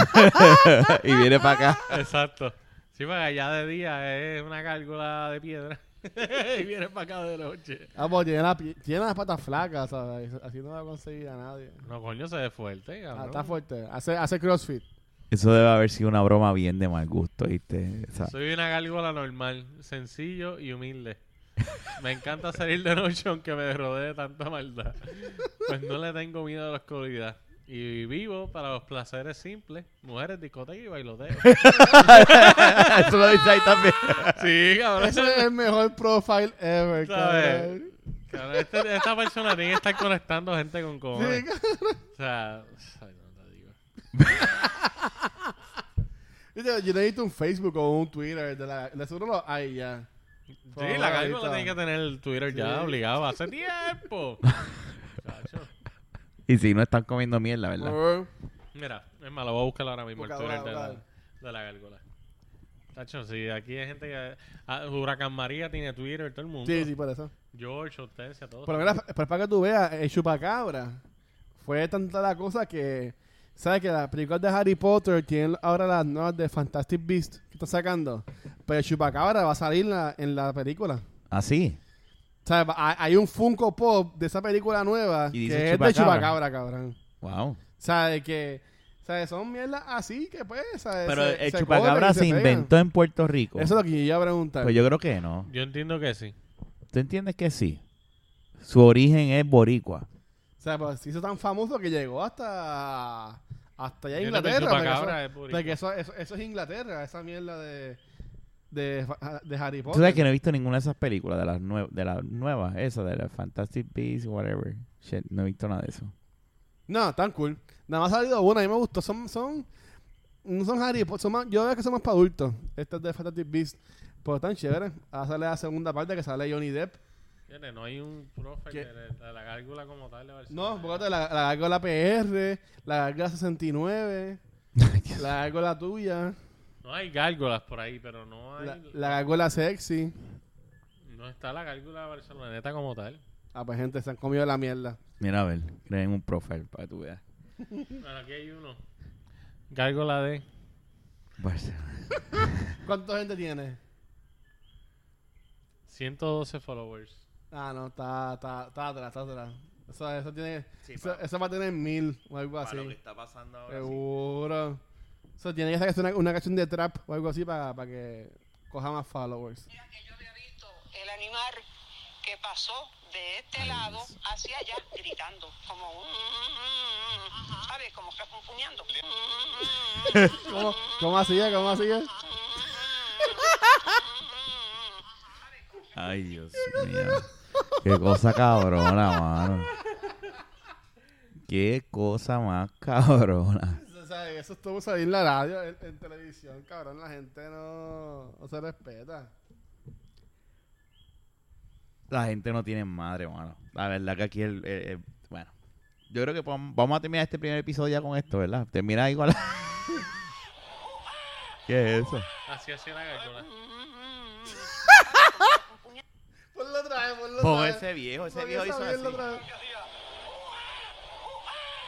Speaker 3: (laughs)
Speaker 1: (laughs) y viene para acá.
Speaker 2: Exacto. Sí, porque allá de día es una gárgola de piedra. (laughs) y viene para acá de noche.
Speaker 3: Ah, pues tiene, la pi- tiene las patas flacas, ¿sabes? Así no va a conseguir a nadie.
Speaker 2: No, coño, se ve fuerte.
Speaker 3: Ah,
Speaker 2: cabrón.
Speaker 3: está fuerte. Hace, hace crossfit.
Speaker 1: Eso debe haber sido una broma bien de mal gusto, ¿viste? O sea,
Speaker 2: Soy una gárgola normal, sencillo y humilde. Me encanta salir de noche aunque me rodee tanta maldad. Pues no le tengo miedo a la oscuridad. Y vivo para los placeres simples, mujeres, discoteca y
Speaker 3: (laughs)
Speaker 2: bailoteo.
Speaker 1: (laughs) eso lo dice ahí también.
Speaker 2: Sí, cabrón.
Speaker 3: Ese es el mejor profile ever,
Speaker 2: ¿Sabes?
Speaker 3: cabrón.
Speaker 2: Cabrón, este- esta persona tiene que estar conectando gente con cojones.
Speaker 3: Sí,
Speaker 2: o sea, ay, no te digo.
Speaker 3: Yo, yo necesito un Facebook o un Twitter. De, la, de seguro lo hay ya. Por
Speaker 2: Sí, la
Speaker 3: favor, Pues ahí
Speaker 2: gárgola
Speaker 3: está.
Speaker 2: tiene que tener el Twitter ya
Speaker 3: Sí.
Speaker 2: obligado hace tiempo.
Speaker 3: (laughs)
Speaker 2: Chacho.
Speaker 1: Y si no están comiendo mierda, ¿verdad?
Speaker 3: Eh,
Speaker 2: Mira, es más, lo voy a buscar ahora mismo el
Speaker 3: Busca,
Speaker 2: Twitter de
Speaker 3: busca,
Speaker 2: la, de la gárgola. Tacho, sí, aquí hay gente que... ah, Huracán María tiene Twitter, todo el mundo.
Speaker 3: Sí, sí, por eso.
Speaker 2: George, Hortensia, todos.
Speaker 3: Pero mira, pero para que tú veas, el chupacabra fue tanta la cosa que. ¿Sabes que las películas de Harry Potter tienen ahora las nuevas de Fantastic Beast que están sacando? Pero el chupacabra va a salir en la, en la película.
Speaker 1: Así.
Speaker 3: ¿Sabes? Va- hay- Hay un Funko Pop de esa película nueva
Speaker 1: Y
Speaker 3: que
Speaker 1: dice
Speaker 3: es
Speaker 1: chupacabra.
Speaker 3: de chupacabra, cabrón.
Speaker 1: Wow.
Speaker 3: ¿Sabes? Que. ¿Sabes? Son mierdas así que pues. ¿sabes?
Speaker 1: Pero
Speaker 3: Se-
Speaker 1: el
Speaker 3: se
Speaker 1: chupacabra
Speaker 3: corren y
Speaker 1: se
Speaker 3: pegan.
Speaker 1: inventó en Puerto Rico.
Speaker 3: Eso es lo que yo iba a preguntar.
Speaker 1: Pues yo creo que no.
Speaker 2: Yo entiendo que sí.
Speaker 1: ¿Tú entiendes que sí? Su origen es boricua.
Speaker 3: O sea, pues se hizo tan famoso que llegó hasta hasta allá
Speaker 2: Yo creo que el
Speaker 3: Inglaterra. porque
Speaker 2: chupacabra eh,
Speaker 3: eso-
Speaker 2: es boricua.
Speaker 3: Porque eso, eso, eso es Inglaterra, esa mierda de... de, fa- de Harry
Speaker 1: Tú
Speaker 3: Potter.
Speaker 1: sabes que no he visto ninguna de esas películas, de las, nue- de las nuevas, esa, de las Fantastic Beasts, whatever. Shit, no he visto nada de eso.
Speaker 3: No, tan cool. Nada más ha salido una, a mí me gustó. Son, son, no son Harry Potter, son más- yo veo que son más para adultos. Estas de Fantastic Beasts. Pero están chéveres. Ahora sale la segunda parte que sale Johnny Depp.
Speaker 2: Fíjate, no hay un profe
Speaker 3: ¿Qué?
Speaker 2: que le- de la gárgula como tal de Barcelona.
Speaker 3: No, fíjate, la, la gárgola PR, la gárgola 69, la gárgola tuya,
Speaker 2: No hay gárgolas por ahí, pero no hay.
Speaker 3: la, la gárgola sexy.
Speaker 2: No está la gárgula barceloneta como tal.
Speaker 3: Ah, pues gente, se han comido la mierda.
Speaker 1: Mira, a ver, creen un profile para que tú veas.
Speaker 2: Bueno, aquí hay uno. Gárgola de.
Speaker 1: Barcelona.
Speaker 3: ¿Cuánta gente tiene?
Speaker 2: 112 followers.
Speaker 3: Ah, no, está, está, está atrás, está atrás. Eso, eso tiene,
Speaker 1: Sí,
Speaker 3: eso,
Speaker 1: para-
Speaker 3: eso va a tener mil o algo
Speaker 1: Para
Speaker 3: así.
Speaker 1: lo que está pasando ahora. sí.
Speaker 3: Seguro. Eso tiene que ser una, una canción de trap o algo así para, para que coja más followers.
Speaker 4: Mira que yo había visto el animal que pasó de este lado hacia allá gritando, como un... ¿Sabes? Como que apunpuñando.
Speaker 3: ¿Cómo, cómo hacía? ¿Cómo hacía?
Speaker 1: Ay, Dios mío. Qué cosa cabrona, mano. Qué cosa más cabrona.
Speaker 3: O sea, eso estuvo salir en la radio, en, en televisión, cabrón. La gente no, no se respeta.
Speaker 1: La gente no tiene madre, mano. La verdad que aquí el... el- el- bueno, yo creo que pon- vamos a terminar este primer episodio ya con esto, ¿verdad? Termina igual. (laughs) ¿Qué es eso?
Speaker 2: Así hacía la gárgola.
Speaker 3: Ponlo otra vez, ponlo
Speaker 1: Por
Speaker 3: otra vez.
Speaker 1: ese viejo, ese
Speaker 3: Porque
Speaker 1: viejo
Speaker 3: esa
Speaker 1: hizo
Speaker 3: mierda
Speaker 1: así.
Speaker 3: otra vez.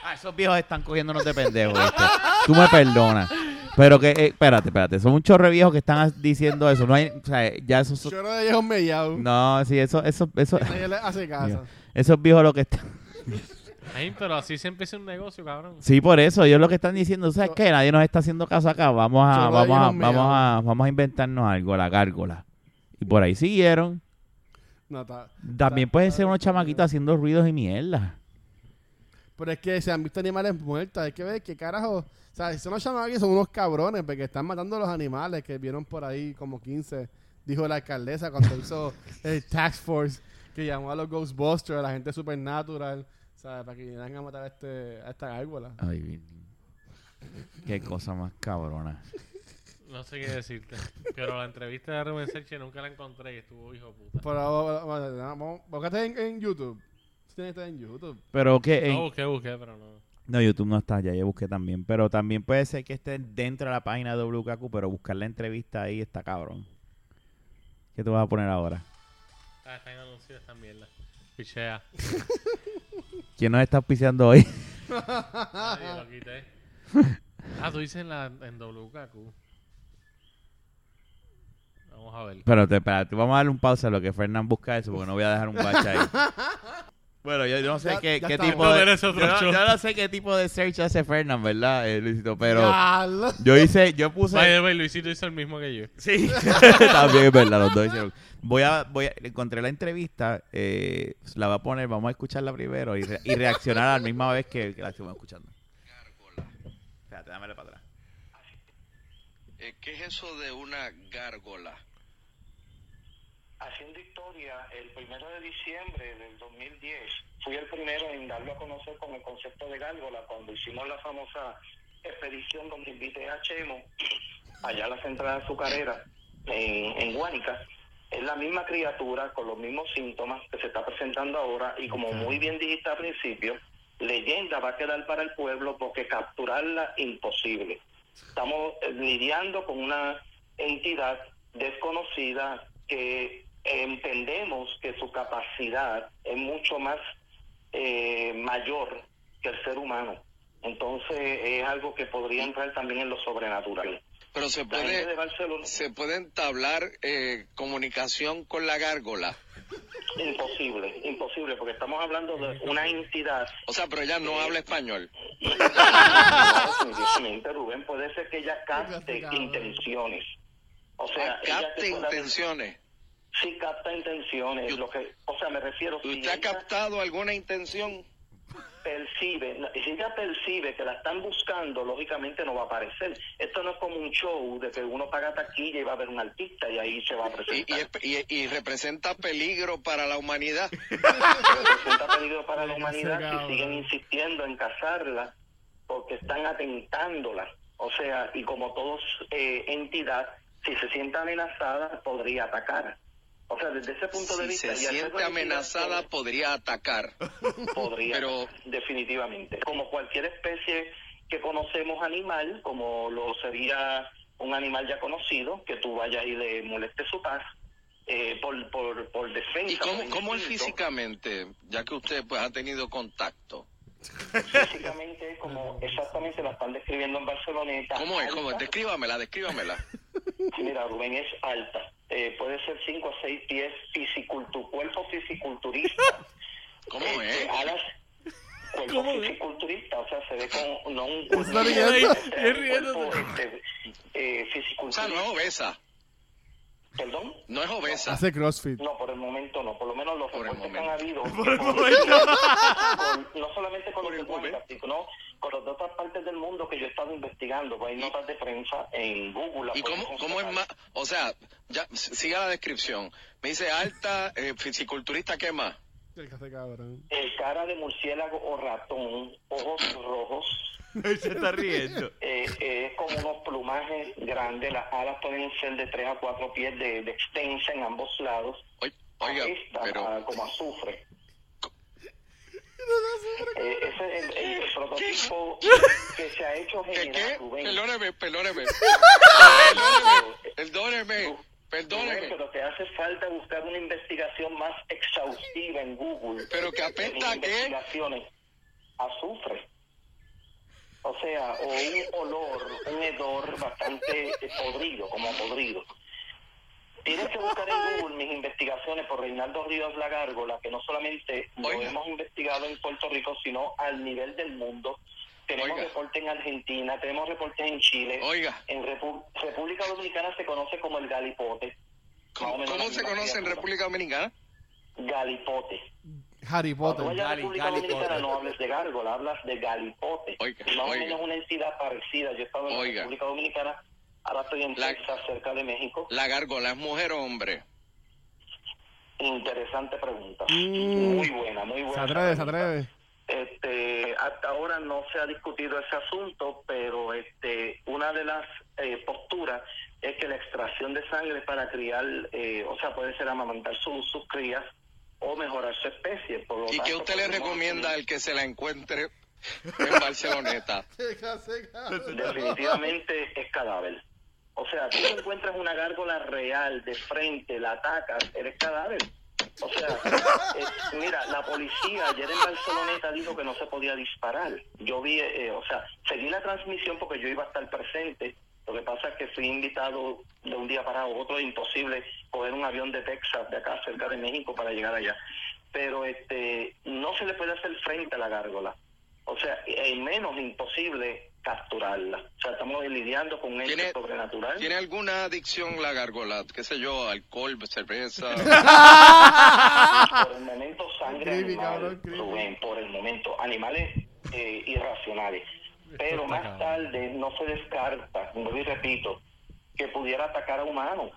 Speaker 1: Ah, esos viejos están cogiéndonos de
Speaker 3: (laughs)
Speaker 1: pendejo, ¿viste? Tú me perdonas. Pero que, eh, espérate, espérate. Son un chorro de viejos que están as- diciendo eso. No hay, o sea, ya esos... son-
Speaker 3: Yo no de ellos mellao.
Speaker 1: No, sí, eso, eso, eso...
Speaker 3: Nadie le hace caso.
Speaker 1: Dios. Esos viejos lo que están...
Speaker 2: Ay, pero así se empieza un negocio, cabrón.
Speaker 1: Sí, por eso, ellos lo que están diciendo, ¿sabes
Speaker 3: Yo-
Speaker 1: qué? Nadie nos está haciendo caso acá, vamos a,
Speaker 3: Yo lo
Speaker 1: vamos a,
Speaker 3: dije,
Speaker 1: vamos
Speaker 3: mea.
Speaker 1: a, vamos a inventarnos algo, la gárgola. Y por ahí siguieron.
Speaker 3: No, está.
Speaker 1: También
Speaker 3: está-
Speaker 1: puede
Speaker 3: está-
Speaker 1: ser unos chamaquitos haciendo ruidos y mierda.
Speaker 3: Pero es que se han visto animales muertos. Hay que ver qué carajo. O sea, si son los chamaquis, son unos cabrones, porque están matando a los animales que vieron por ahí como 15. Dijo la
Speaker 1: (laughs)
Speaker 3: alcaldesa cuando hizo el Tax Force, que llamó a los Ghostbusters, a la gente supernatural, ¿sabes? Para que vinieran a matar a, este, a esta gárgola.
Speaker 1: Ay, Virgen. qué cosa más cabrona.
Speaker 2: No sé qué decirte. Pero la entrevista de Rubén Serche nunca la encontré y estuvo hijo de puta.
Speaker 3: Por ahora, bueno, vamos- búscate en, en YouTube. Eso Tiene que estar en YouTube.
Speaker 1: Pero que en-
Speaker 2: No busqué, busqué, pero no.
Speaker 1: No, YouTube no está, ya yo busqué también. Pero también puede ser que esté dentro de la página de WKQ, pero buscar la entrevista ahí está cabrón. ¿Qué te vas a poner ahora?
Speaker 2: Ah, están anuncios esta mierda. Pichea.
Speaker 1: ¿Quién nos está auspiciando hoy?
Speaker 2: Nadie lo quité. Ah, tú dices en, la, en WKQ. Vamos a ver.
Speaker 1: Espérate, espérate, vamos a darle un pausa a lo que Fernán busca eso, porque no voy a dejar un bache ahí. Bueno, yo, yo no sé
Speaker 3: Ya-
Speaker 1: qué,
Speaker 3: ya
Speaker 1: qué
Speaker 3: estamos.
Speaker 1: tipo
Speaker 2: No
Speaker 1: de,
Speaker 2: merece
Speaker 1: yo,
Speaker 2: otro
Speaker 1: no-
Speaker 2: shot.
Speaker 1: yo no sé qué tipo de search hace Fernán, ¿verdad, eh, Luisito? Pero
Speaker 3: ¡Diablo!
Speaker 1: yo hice, yo puse...
Speaker 2: By the way, Luisito hizo el mismo que yo.
Speaker 1: Sí, (laughs) también es verdad, los dos hicieron. Voy a, voy a, encontré la entrevista, eh, la voy a poner, vamos a escucharla primero y, re- y reaccionar a la misma vez que, que la estuvimos escuchando. Espérate, dámele para atrás.
Speaker 5: Eh, ¿Qué es eso de una gárgola?
Speaker 6: Haciendo historia, el primero de diciembre del 2010, fui el primero en darlo a conocer con el concepto de gárgola cuando hicimos la famosa expedición donde invité a Chemo allá a la central de azucarera en, en Guánica. Es la misma criatura con los mismos síntomas que se está presentando ahora y como muy bien dijiste al principio, leyenda va a quedar para el pueblo porque capturarla imposible. Estamos eh, lidiando con una entidad desconocida que entendemos que su capacidad es mucho más eh, mayor que el ser humano. Entonces es algo que podría entrar también en lo sobrenatural.
Speaker 5: Pero se
Speaker 6: La gente de
Speaker 5: puede,
Speaker 6: Barcelona
Speaker 5: se puede entablar eh, comunicación con la gárgola.
Speaker 6: imposible, imposible, porque estamos hablando de una entidad.
Speaker 5: O sea, pero ella no habla español.
Speaker 6: Definitivamente, Rubén, puede ser que ella capte
Speaker 3: Castigado.
Speaker 6: intenciones. O sea, ella
Speaker 5: Capta
Speaker 6: te pueda-
Speaker 5: intenciones.
Speaker 6: Sí capta intenciones,
Speaker 5: Yo-
Speaker 6: lo que, o sea, me refiero. si
Speaker 5: ¿Usted ha
Speaker 6: ella-
Speaker 5: captado alguna intención?
Speaker 6: percibe, si ella percibe que la están buscando, lógicamente no va a aparecer. Esto no es como un show de que uno paga taquilla y va a ver un artista y ahí se va a
Speaker 5: Y, (laughs)
Speaker 6: presentar.
Speaker 5: y, es- y- y representa peligro para la humanidad.
Speaker 6: representa peligro para la
Speaker 3: Ese
Speaker 6: humanidad
Speaker 3: cabrón.
Speaker 6: si siguen insistiendo en casarla porque están atentándola. O sea, y como todos eh, entidad, si se siente amenazada, podría atacar. O sea, desde ese punto de
Speaker 5: Si se
Speaker 6: vista... y al ser
Speaker 5: siente
Speaker 6: una entidad
Speaker 5: amenazada,
Speaker 6: que-
Speaker 5: podría atacar.
Speaker 6: podría
Speaker 5: Pero-
Speaker 6: definitivamente como cualquier especie que conocemos animal como lo sería un animal ya conocido que tú vayas y le moleste su paz eh, por, por, por defensa
Speaker 5: ¿Y cómo,
Speaker 6: por
Speaker 5: cómo él
Speaker 6: instinto.
Speaker 5: físicamente, ya que usted pues ha tenido contacto?
Speaker 6: físicamente es como exactamente la están describiendo en Barceloneta
Speaker 5: ¿Cómo es?
Speaker 6: Alta.
Speaker 5: ¿Cómo? es? Descríbamela, descríbamela.
Speaker 6: mira Rubén es alta Eh, puede ser 5 a 6 pies fisicultu cuerpo fisiculturista
Speaker 5: ¿Cómo
Speaker 6: Eh,
Speaker 5: es?
Speaker 6: alas pues, cuerpo
Speaker 2: ¿Cómo es?
Speaker 6: fisiculturista, o sea, se ve como no un
Speaker 3: Pues Está
Speaker 6: cuerpo,
Speaker 3: riendo,
Speaker 6: o sea,
Speaker 2: es riéndose.
Speaker 6: cuerpo, este,
Speaker 5: O
Speaker 6: eh,
Speaker 5: sea, no es
Speaker 6: fisiculturista,
Speaker 5: obesa.
Speaker 6: perdón.
Speaker 5: No es obesa.
Speaker 3: Hace CrossFit.
Speaker 6: No, por el momento no, por lo menos los
Speaker 5: Por el
Speaker 6: reportes que han
Speaker 5: momento.
Speaker 6: habido. con-
Speaker 3: (laughs)
Speaker 6: con- no solamente con
Speaker 5: Por
Speaker 6: los de
Speaker 5: el momento.
Speaker 6: Guayas, sino con las de otras partes del mundo que yo he estado investigando, pues hay notas de prensa en Google. las
Speaker 5: ¿Y
Speaker 6: pueden
Speaker 5: cómo, cómo es
Speaker 6: constatar.
Speaker 5: más? O sea, ya, s- siga la descripción. Me dice alta, eh, fisiculturista, ¿qué más?
Speaker 3: El que hace cabrón.
Speaker 6: Eh, cara de murciélago o ratón, ojos rojos,
Speaker 1: se está riendo.
Speaker 6: eh, eh, es como unos plumajes grandes, las alas pueden ser de 3 a 4 pies de, de extensa en ambos lados,
Speaker 5: Oi- Oiga,
Speaker 6: Apesta
Speaker 5: pero...
Speaker 6: a- como azufre. Eh, ese es el, el prototipo que se ha hecho
Speaker 5: ¿Qué,
Speaker 6: general,
Speaker 5: qué?
Speaker 6: Rubén.
Speaker 5: Perdóneme, perdóneme. Perdóneme,
Speaker 6: Rubén,
Speaker 5: perdóneme.
Speaker 6: pero te hace falta buscar una investigación más exhaustiva en Google.
Speaker 5: ¿Pero que apesta a
Speaker 6: En
Speaker 5: qué?
Speaker 6: investigaciones. Azufre. O sea, o un olor, un hedor bastante eh, podrido, como a podrido. Tienes que buscar en Google mis investigaciones por Reinaldo Ríos La Gárgola, que no solamente lo
Speaker 5: Oiga.
Speaker 6: hemos investigado en Puerto Rico, sino al nivel del mundo. Tenemos
Speaker 5: Oiga.
Speaker 6: reportes en Argentina, tenemos reportes en Chile.
Speaker 5: Oiga,
Speaker 6: En Repu- República Dominicana se conoce como el galipote. Más o
Speaker 5: ¿cómo,
Speaker 6: menos
Speaker 5: cómo
Speaker 6: la
Speaker 5: se
Speaker 6: misma
Speaker 5: conoce en
Speaker 6: criatura.
Speaker 5: República Dominicana?
Speaker 6: Galipote.
Speaker 3: Harry
Speaker 6: Cuando
Speaker 3: Potter.
Speaker 6: vayas a
Speaker 7: Gali-
Speaker 6: República Dominicana
Speaker 7: galipote.
Speaker 6: no hables de gárgola, hablas de galipote.
Speaker 5: Oiga,
Speaker 6: Más o
Speaker 5: oiga.
Speaker 6: menos una entidad parecida. Yo he estado en
Speaker 5: Oiga.
Speaker 6: República Dominicana, ahora estoy en
Speaker 5: La-
Speaker 6: Texas, cerca de México.
Speaker 5: La gárgola es mujer o hombre.
Speaker 6: Interesante pregunta.
Speaker 3: Mm.
Speaker 6: Muy buena, muy buena.
Speaker 3: Se atreve, se atreve.
Speaker 6: Este, hasta ahora no se ha discutido ese asunto, pero este, una de las eh, posturas es que la extracción de sangre para criar, eh, o sea, puede ser amamantar su- sus crías o mejorar su especie. Por lo
Speaker 5: ¿Y
Speaker 6: tanto, pues,
Speaker 5: qué usted le
Speaker 6: podemos
Speaker 5: recomienda
Speaker 6: tener-
Speaker 5: al que se la encuentre en Barceloneta?
Speaker 6: Definitivamente es cadáver. O sea, tú encuentras una gárgola real de frente, la atacas, eres cadáver. O sea, eh, mira, la policía ayer en Barceloneta dijo que no se podía disparar. Yo vi, eh, o sea, seguí la transmisión porque yo iba a estar presente. Lo que pasa es que fui invitado de un día para otro, imposible coger un avión de Texas, de acá cerca de México, para llegar allá. Pero este, no se le puede hacer frente a la gárgola. O sea, es menos imposible capturarla. O sea, estamos lidiando con un hecho
Speaker 5: ¿Tiene-
Speaker 6: sobrenatural.
Speaker 5: ¿Tiene alguna adicción la gárgola? ¿Qué sé yo? Alcohol, cerveza.
Speaker 6: por el momento sangre
Speaker 3: Creepy,
Speaker 6: animal,
Speaker 3: cabrón, creepy.
Speaker 6: Rubén, por el momento animales eh, irracionales pero
Speaker 2: está
Speaker 6: más
Speaker 2: cabrón.
Speaker 6: tarde no se descarta vuelvo y repito que pudiera atacar a humanos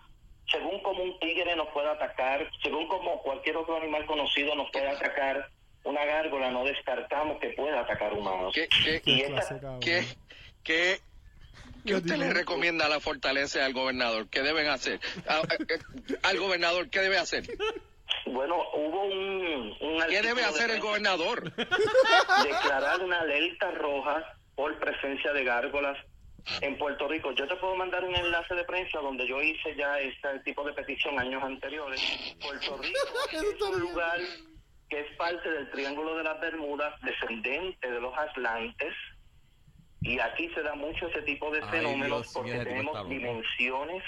Speaker 6: según como un tigre nos puede atacar según como cualquier otro animal conocido nos puede atacar una gárgola no descartamos que pueda atacar humanos
Speaker 5: ¿Qué, qué,
Speaker 6: y
Speaker 3: Qué clase,
Speaker 6: esta
Speaker 3: cabrón.
Speaker 5: qué, qué, qué usted le recomienda a la fortaleza y al gobernador? ¿Qué deben hacer? A- a- al gobernador, ¿qué debe hacer?
Speaker 6: bueno hubo un, un
Speaker 5: ¿Qué
Speaker 6: artículo
Speaker 5: debe
Speaker 6: de
Speaker 5: hacer el
Speaker 6: prensa
Speaker 5: gobernador?
Speaker 6: declarar una alerta roja por presencia de gárgolas en Puerto Rico. Yo te puedo mandar un enlace de prensa donde yo hice ya este tipo de petición años anteriores. Puerto Rico es un lugar que es parte del Triángulo de las Bermudas, descendente de los Atlantes, y aquí se da mucho ese tipo de
Speaker 7: Ay,
Speaker 6: fenómenos
Speaker 7: Dios mío,
Speaker 6: porque
Speaker 7: ese tipo está
Speaker 6: tenemos
Speaker 7: loco.
Speaker 6: dimensiones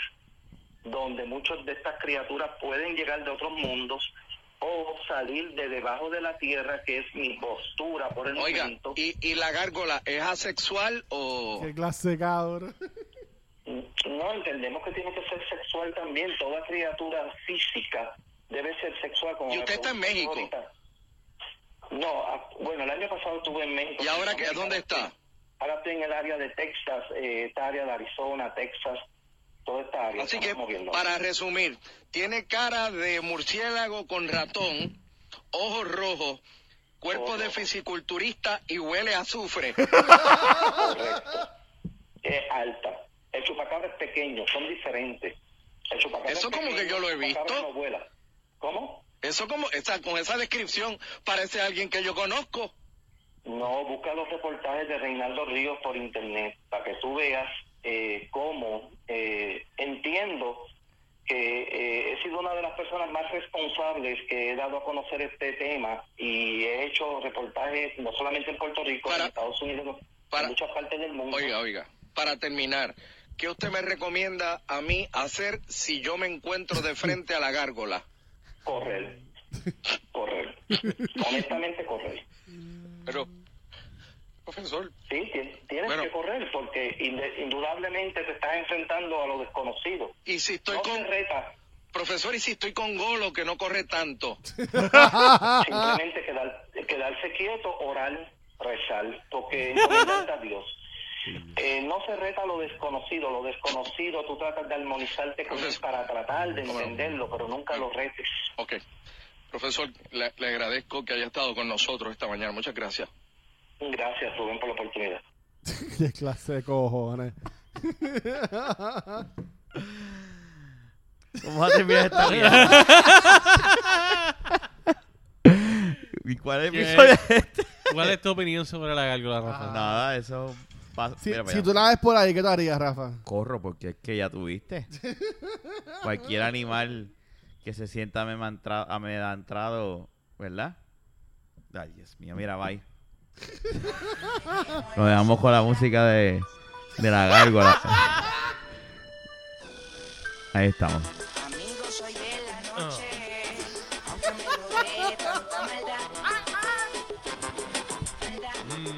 Speaker 6: donde muchas de estas criaturas pueden llegar de otros mundos o salir de debajo de la tierra, que es mi postura por el
Speaker 5: Oiga,
Speaker 6: momento.
Speaker 5: ¿y, y la gárgola es asexual o...?
Speaker 3: Qué clase, cabrón. (laughs)
Speaker 6: No, entendemos que tiene que ser sexual también. Toda criatura física debe ser sexual. Como
Speaker 5: ¿Y
Speaker 6: me
Speaker 5: usted está en
Speaker 6: preguntaste
Speaker 5: México?
Speaker 6: ahorita. No, ah, bueno, el año pasado estuve en México.
Speaker 5: ¿Y ahora qué? ¿Dónde está?
Speaker 6: Ahora estoy en el área de Texas, eh, esta área de Arizona, Texas, toda esta área.
Speaker 5: Así que,
Speaker 6: estamos moviendo.
Speaker 5: para resumir, tiene cara de murciélago con ratón, ojos rojos, cuerpo de fisiculturista y huele a azufre.
Speaker 6: Correcto. Es alta. El chupacabra es pequeño, son diferentes. El chupacabra
Speaker 5: Eso
Speaker 6: es
Speaker 5: como
Speaker 6: pequeño,
Speaker 5: que yo lo he
Speaker 6: el chupacabra
Speaker 5: visto.
Speaker 6: no vuela. ¿Cómo?
Speaker 5: Eso como, esa, con esa descripción parece alguien que yo conozco.
Speaker 6: No, busca los reportajes de Reinaldo Ríos por internet para que tú veas eh, cómo eh, entiendo que eh, he sido una de las personas más responsables que he dado a conocer este tema y he hecho reportajes no solamente en Puerto Rico,
Speaker 5: Para-
Speaker 6: en Estados Unidos,
Speaker 5: para-
Speaker 6: en muchas partes del mundo.
Speaker 5: Oiga, oiga, para terminar, ¿qué usted me recomienda a mí hacer si yo me encuentro de frente a la gárgola?
Speaker 6: Correr. Correr. Honestamente, correr.
Speaker 5: Pero, profesor,
Speaker 6: Sí, ti- tienes
Speaker 5: Bueno.
Speaker 6: que correr porque inde- indudablemente te estás enfrentando a lo desconocido.
Speaker 5: y si estoy
Speaker 6: no te
Speaker 5: con,
Speaker 6: retas,
Speaker 5: profesor, y si estoy con Golo que no corre tanto.
Speaker 6: simplemente quedar- quedarse quieto, orar, rezar,
Speaker 5: (laughs)
Speaker 6: porque encomendarte a Dios. Eh, no se reta lo desconocido, lo desconocido tú tratas de armonizarte con él
Speaker 5: Entonces-
Speaker 6: para tratar de
Speaker 5: Bueno.
Speaker 6: entenderlo, pero nunca lo retes.
Speaker 5: Ok. Profesor, le, le agradezco que haya estado con nosotros esta mañana. Muchas gracias.
Speaker 6: Gracias, Rubén, por la oportunidad.
Speaker 3: Qué clase de cojones.
Speaker 1: Vamos a terminar esta mierda. ¿Y cuál es mi
Speaker 2: ¿Qué? ¿Cuál es tu opinión sobre la gárgola, Rafael?
Speaker 1: Nada, eso pasa.
Speaker 3: Si,
Speaker 1: Mira,
Speaker 3: si
Speaker 1: mira.
Speaker 3: tú la ves por ahí, ¿qué te harías, Rafa?
Speaker 1: Corro porque es que ya
Speaker 3: (laughs)
Speaker 1: tuviste. Cualquier animal que se sienta amemantra- amedrantado, ¿verdad? Ay, Dios mío, mira,
Speaker 3: (laughs)
Speaker 1: bye. Nos dejamos con la música de, de la gárgola. Ahí estamos.
Speaker 7: Amigo, soy de la noche, aunque me lo dé tanta maldad. Maldad.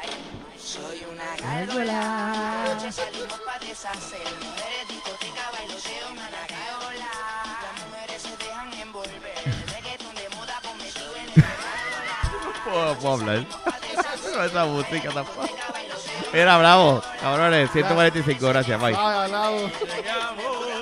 Speaker 7: Ay, Soy una gárgola. Noche salimos pa' deshacer. Mujeres, discoteca, bailoteo, una gárgola. Las mujeres se dejan envolver. Reggaeton de moda, con metido en el gárgola.
Speaker 1: Puedo, puedo hablar.
Speaker 7: Pa' deshacer.
Speaker 1: Con esa música tampoco.
Speaker 7: Discoteca, bailoteo,
Speaker 1: Mira, bravo. Cabrones, 145, gracias, bye.
Speaker 3: Ay, al lado.
Speaker 2: Llegamos.